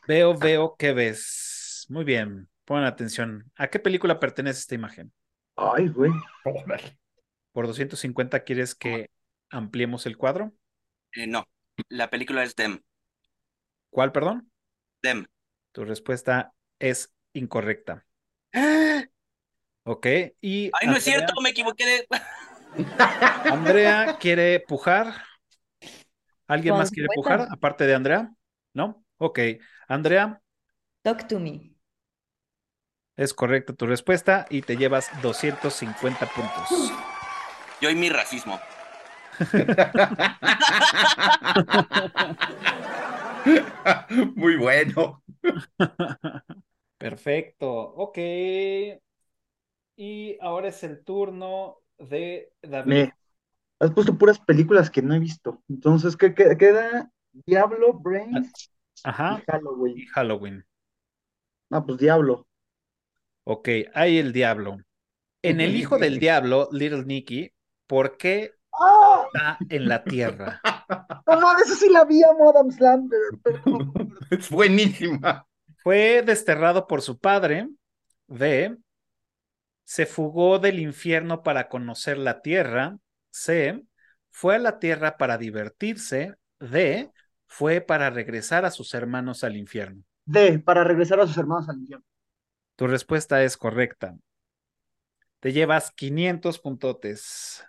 A: Veo, Veo que ves. Muy bien, pongan atención. ¿A qué película pertenece esta imagen?
J: Ay, güey.
A: ¿Por 250 quieres que ampliemos el cuadro?
B: Eh, no, la película es Dem.
A: ¿Cuál, perdón?
B: Dem.
A: Tu respuesta es incorrecta. Ok, y.
B: Ay, no es cierto, me equivoqué de...
A: Andrea quiere pujar. ¿Alguien más quiere pujar? Aparte de Andrea. ¿No? Ok. Andrea,
F: Talk to me.
A: es correcta tu respuesta y te llevas 250 puntos.
B: Yo y mi racismo.
C: Muy bueno.
A: Perfecto. Ok. Y ahora es el turno de David.
J: Me has puesto puras películas que no he visto. Entonces, ¿qué qué- queda? Diablo, Brains
A: Ajá.
J: y Halloween.
A: Y Halloween.
J: Ah, pues Diablo.
A: Ok, hay el diablo. En el hijo del diablo, Little Nicky, ¿por qué
J: ¡Ah!
A: está en la tierra?
J: No mames, eso sí la vi, amo Adam Slander.
C: Es buenísima.
A: Fue desterrado por su padre de se fugó del infierno para conocer la tierra, C, fue a la tierra para divertirse, D, fue para regresar a sus hermanos al infierno.
H: D, para regresar a sus hermanos al infierno.
A: Tu respuesta es correcta. Te llevas 500 puntotes.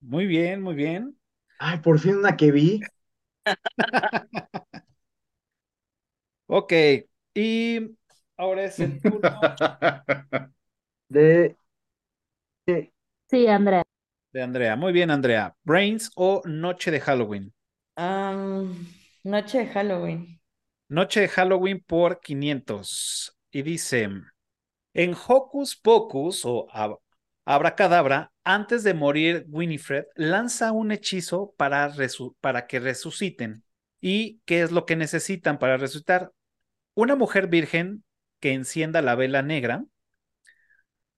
A: Muy bien, muy bien.
J: Ay, por fin una que vi.
A: Ok, y ahora es el turno
J: De
E: Sí, Andrea.
A: de Andrea. Muy bien, Andrea. ¿Brains o Noche de Halloween?
F: Am, noche de Halloween.
A: Noche de Halloween por 500. Y dice, en Hocus Pocus o Ab- Abracadabra, antes de morir Winifred lanza un hechizo para, resu- para que resuciten. ¿Y qué es lo que necesitan para resucitar? Una mujer virgen que encienda la vela negra.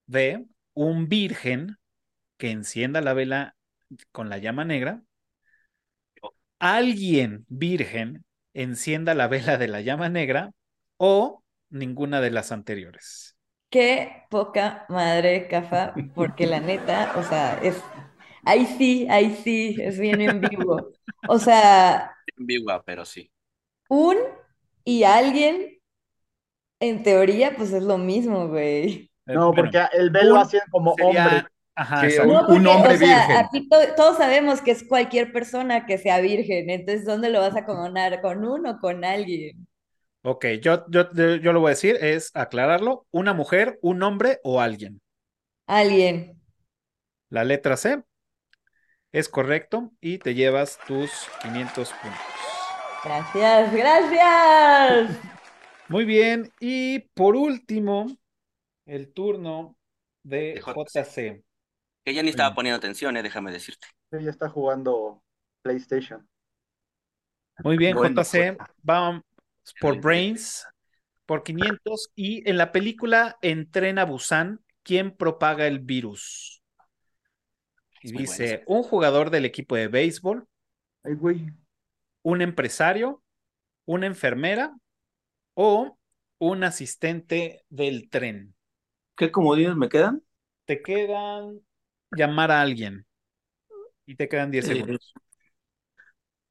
A: B. Un virgen que encienda la vela con la llama negra. Alguien virgen encienda la vela de la llama negra o ninguna de las anteriores.
F: Qué poca madre, Cafa, porque la neta, o sea, es. Ahí sí, ahí sí, es bien en vivo. O sea,
B: Ambigua, pero sí.
F: un y alguien, en teoría, pues es lo mismo, güey.
A: Eh,
H: No,
A: bueno,
H: porque el velo
A: un
H: hacen como
A: sería-
H: hombre.
A: Ajá,
C: Sí,
A: exacto.
C: Un-
F: No,
C: un hombre
F: porque, o sea,
C: virgen.
F: aquí to- todos sabemos que es cualquier persona que sea virgen, entonces, ¿dónde lo vas a coronar? ¿Con uno o con alguien?
A: Ok, yo, yo, yo- yo lo voy a decir, es aclararlo, una mujer, un hombre o alguien.
F: Alguien.
A: La letra C es correcto y te llevas tus 500 puntos.
F: Gracias, gracias.
A: Muy bien, y por último, el turno de
B: De
A: JC.
B: Que ya ni estaba
A: Mm.
B: poniendo atención, eh, déjame decirte.
H: Ella está jugando PlayStation.
A: Muy bien,
C: Bueno,
A: JC, vamos por
B: pues, Excelente.
A: Brains, por 500. Y en la película Entrena Busan, ¿quién propaga el virus? Y
B: Es muy
A: dice, un jugador del equipo de béisbol,
J: Ay, güey.
A: un empresario, una enfermera o un asistente del tren.
D: ¿Qué comodines me quedan?
A: Te quedan llamar a alguien y te quedan 10
D: Eh,
A: segundos.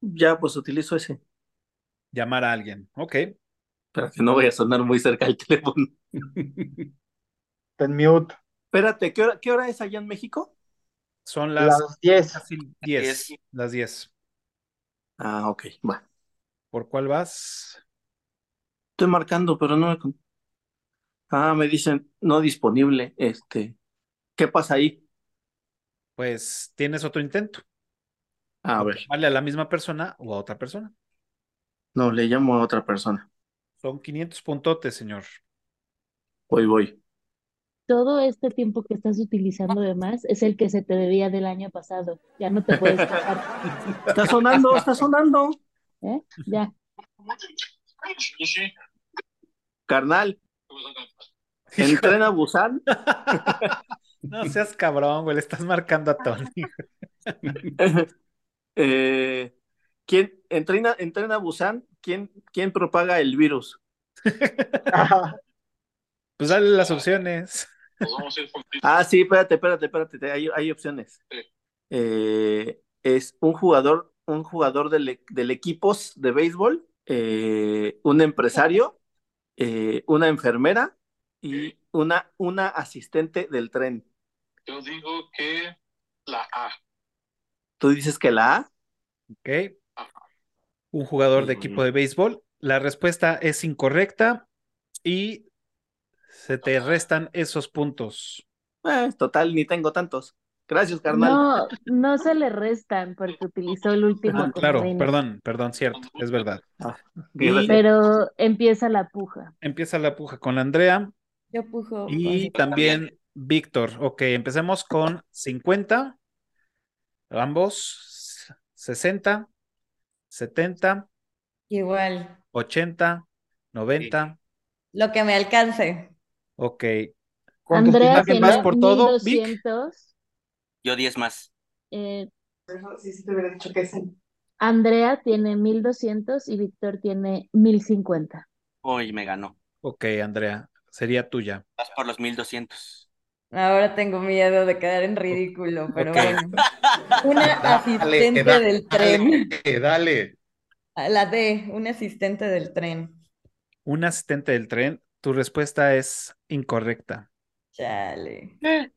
D: Ya, pues utilizo ese,
A: Llamar a alguien, ok.
D: para que no vaya a sonar muy cerca el teléfono.
J: Está en mute.
D: Espérate, ¿qué hora, qué hora es allá en México?
A: Son las
J: Las 10.
A: casi 10,
B: diez.
A: las 10.
D: Ah, ok, va.
A: ¿Por cuál vas?
D: Estoy marcando, pero no me... con- Ah, me dicen no disponible. Este, ¿qué pasa ahí?
A: pues tienes otro intento.
D: Ah, A ver,
A: Vale a la misma persona o a otra persona.
D: no, le llamo a otra persona.
A: Son 500 puntotes, señor.
D: Hoy voy.
E: Todo este tiempo que estás utilizando de más es el que se te debía del año pasado. Ya no te puedes escapar.
D: Está sonando, está sonando.
E: ¿eh? Ya.
D: Carnal, entrena Busan.
A: No seas cabrón, güey, le estás marcando a Tony.
D: Eh, ¿quién entrena, entrena a Busan? ¿Quién, quién propaga el virus?
A: Pues dale las opciones.
K: Nos vamos a ir contigo.
D: Ah, sí, espérate, espérate, espérate, te- hay, hay opciones. Eh, es un jugador, un jugador del, e- del equipos de béisbol, eh, un empresario, eh, una enfermera y una, una asistente del tren.
K: Yo digo que la A.
D: ¿Tú dices que la A?
A: Ok. Un jugador de equipo de béisbol. La respuesta es incorrecta y se te restan esos puntos.
D: Eh, total, ni tengo tantos. Gracias, carnal.
E: No, no se le restan porque utilizó el último
A: Ah, claro,
E: comodín.
A: perdón, perdón, cierto, es verdad. Y
E: Pero empieza la puja.
A: empieza la puja con Andrea
F: Yo pujo.
A: y también Víctor. Ok, empecemos con 50, ambos, 60, 70,
F: Igual,
A: 80, 90.
F: lo que me alcance.
A: Ok.
E: Andrea
A: ¿Alguien más
E: tiene
A: por todo? Vic?
E: 1200.
B: Yo 10 más.
E: eh,
L: Sí, sí te hubiera dicho que sí.
E: Andrea tiene 1200 y Víctor tiene 1050.
B: Hoy me ganó.
A: Ok, Andrea, sería tuya.
B: Vas por los 1200.
F: Ahora tengo miedo de quedar en ridículo, pero
A: Ok.
F: bueno. Una asistente
C: da-
F: del tren.
C: Eh, dale.
F: La D, una asistente del tren.
A: Un asistente del tren, tu respuesta es incorrecta.
F: Chale.
B: Eh.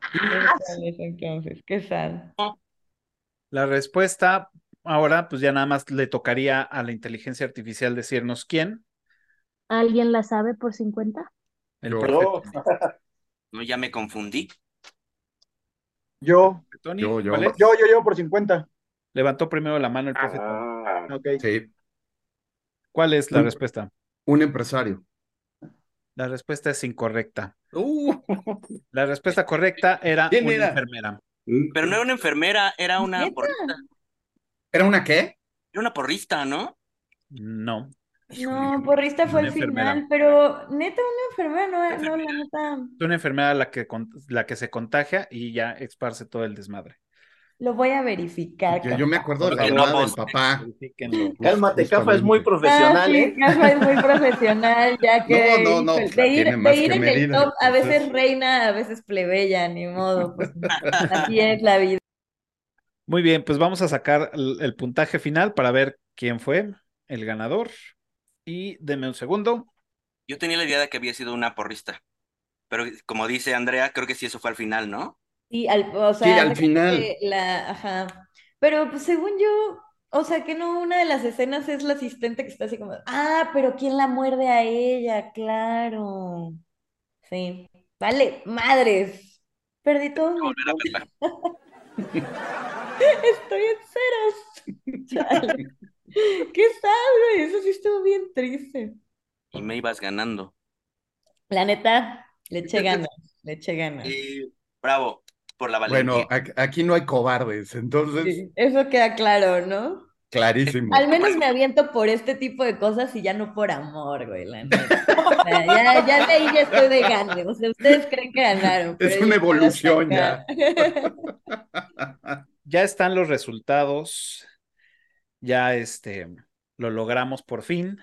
F: Qué sad es Entonces, qué sad.
A: La respuesta, ahora pues ya nada más le tocaría a la inteligencia artificial decirnos quién.
E: ¿Alguien la sabe por 50?
A: El
B: Yo.
A: profe
B: No, ya me confundí.
J: Yo,
A: Tony,
J: yo, yo,
A: ¿cuál
J: yo,
A: es?
J: yo, yo por 50.
A: Levantó primero la mano el profe.
J: Ok.
C: Sí.
A: ¿Cuál es la
C: Un-
A: respuesta?
C: Un empresario.
A: La respuesta es incorrecta. La respuesta correcta era
C: ¿Quién
A: una
C: era?
A: enfermera.
B: Pero no era una enfermera, era una porrista.
C: ¿Era una qué?
B: Era una porrista, ¿no?
A: No.
F: No, porrista fue
A: Una
F: el
A: enfermera.
F: final, pero neta, una enfermera, no, no, la neta.
A: Es una enfermera la que, con- la que se contagia y ya esparce todo el desmadre.
F: Lo voy a verificar.
C: Yo, yo me acuerdo de la
B: Porque no
C: llamada del
B: poste.
C: papá.
A: Verifíquenlo.
D: Cálmate,
C: Justamente.
D: Cafa, es muy
F: Ah,
D: profesional,
F: sí,
D: ¿eh?
F: Cafa es muy profesional, ya que
C: No, no, no,
F: híjole,
C: la
F: de ir,
C: tiene más
F: de ir
C: que
F: en el
C: medida,
F: top, a veces
C: entonces.
F: reina, a veces plebeya, ni modo, pues así es la vida.
A: Muy bien, pues vamos a sacar el, el puntaje final para ver quién fue el ganador. Y deme un segundo.
B: Yo tenía la idea de que había sido una porrista. Pero como dice Andrea, creo que sí, eso fue al final, ¿no?
F: Sí, al, o
C: Sí,
F: sea,
C: al
F: de que
C: final.
F: la, ajá. Pero pues, según yo, o sea, que no, una de las escenas es la asistente que está así como, ah, pero ¿quién la muerde a ella? Claro. Sí. Vale, madres. Perdí todo mi
B: Volver a verla.
F: Estoy en ceros. Chale. ¿Qué sabes? Eso sí estuvo bien triste.
B: Y me ibas ganando.
F: La neta, le eché ganas, le eché ganas.
B: Y bravo por la valentía.
C: Bueno, ac- aquí no hay cobardes, entonces,
F: Sí, Eso queda claro, ¿no?
C: clarísimo.
F: Al menos me aviento por este tipo de cosas y ya no por amor, güey, la neta. O sea, ya, ya de ahí ya estoy de gane. O sea, ustedes creen que ganaron, pero
C: Es
F: yo
C: una
F: quiero
C: evolución
F: sacar.
C: ya.
A: Ya están los resultados. Ya este lo logramos por fin.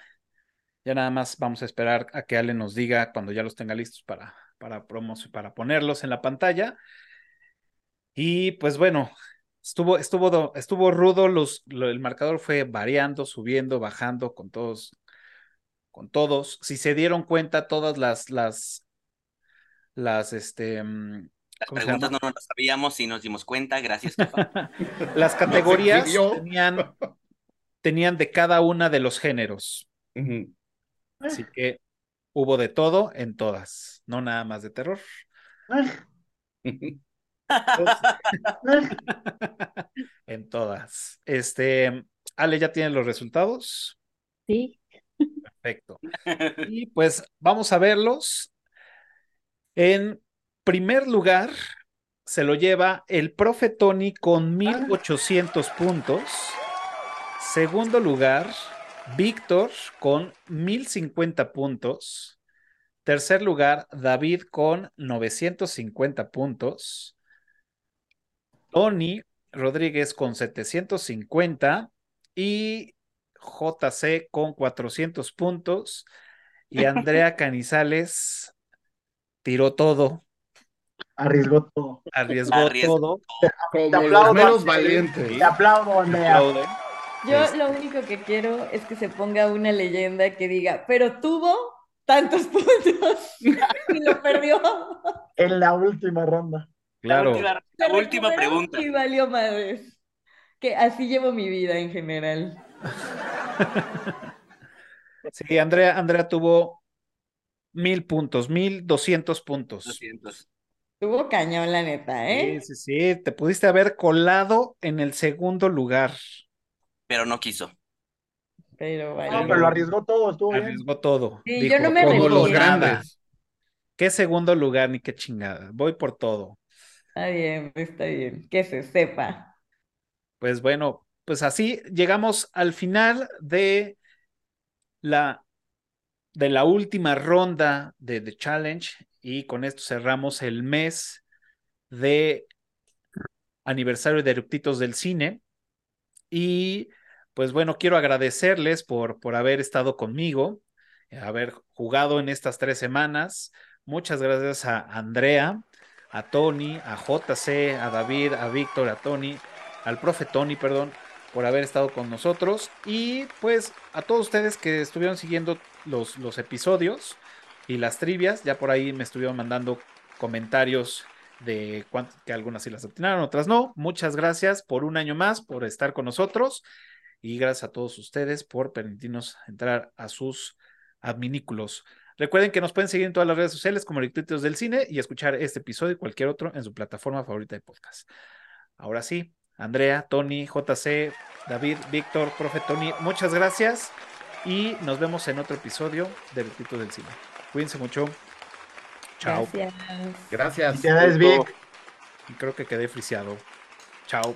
A: Ya nada más vamos a esperar a que Ale nos diga cuando ya los tenga listos para, para promos- para ponerlos en la pantalla. Y pues bueno, estuvo, estuvo, do- estuvo rudo, los, lo- el marcador fue variando, subiendo, bajando con todos, con todos. Si se dieron cuenta, todas las, las, las, este, mm,
B: Las
A: ¿cómo se
B: preguntas
A: llama?
B: no nos las sabíamos y nos dimos cuenta. Gracias, Kefa.
A: las categorías
C: escribió.
A: tenían, tenían de cada una de los géneros.
C: Ujú.
A: Así que hubo de todo en todas, no nada más de terror.
J: Ah, pues,
A: En todas. Este, Ale ya tiene los resultados.
E: Sí.
A: Perfecto. Y pues vamos a verlos. En primer lugar, se lo lleva el profe Tony con 1800 puntos. Segundo lugar, Víctor con 1050 puntos. Tercer lugar, David con 950 puntos. Tony Rodríguez con 750 y JC con 400 puntos. Y Andrea Canizales tiró todo.
J: Arriesgó todo.
A: Arriesgó,
J: Arriesgó
A: todo.
J: Como aplaudo, los menos
A: Andrea.
J: valientes.
A: Sí.
J: Te aplaudo, Andrea.
A: Aplaudo.
F: Yo lo único que quiero es que se ponga una leyenda que diga, pero tuvo tantos puntos y lo perdió.
J: En la última ronda.
A: Claro.
B: última-
F: Se
B: La última
F: recuperó
B: pregunta.
F: Y valió madres. Que así llevo mi vida en general.
A: Sí, Andrea, Andrea tuvo mil puntos, mil doscientos puntos.
B: 200.
F: Tuvo cañón, la neta, ¿eh?
A: Sí, sí, sí, te pudiste haber colado en el segundo lugar.
B: Pero no quiso.
F: Pero
J: No,
F: valió.
J: pero lo arriesgó todo, estuvo bien.
A: Arriesgó todo.
F: Sí,
A: Dijo,
F: yo no me
A: "Todo lo
F: rendí.
A: nada". ¿Qué segundo lugar ni qué chingada? Voy por todo.
F: Está bien, está bien. Que se sepa.
A: Pues bueno, pues así llegamos al final de la de la última ronda de The Challenge y con esto cerramos el mes de aniversario de Eruptitos del Cine. Y pues bueno, quiero agradecerles por, por haber estado conmigo, haber jugado en estas tres semanas. Muchas gracias a Andrea, a Tony, a JC, a David, a Víctor, a Tony, al profe Tony, perdón, por haber estado con nosotros. Y pues a todos ustedes que estuvieron siguiendo los, los episodios y las trivias, ya por ahí me estuvieron mandando comentarios de cuán- que algunas sí las obtuvieron, otras no. Muchas gracias por un año más, por estar con nosotros y gracias a todos ustedes por permitirnos entrar a sus adminículos. Recuerden que nos pueden seguir en todas las redes sociales como Electritos del Cine y escuchar este episodio y cualquier otro en su plataforma favorita de podcast. Ahora sí, Andrea, Tony, JC, David, Víctor, profe Tony, muchas gracias y nos vemos en otro episodio de Electritos del Cine. Cuídense mucho. Chao.
F: Gracias.
C: Gracias.
J: Felicidades, Vic.
A: Y creo que quedé friseado. Chao.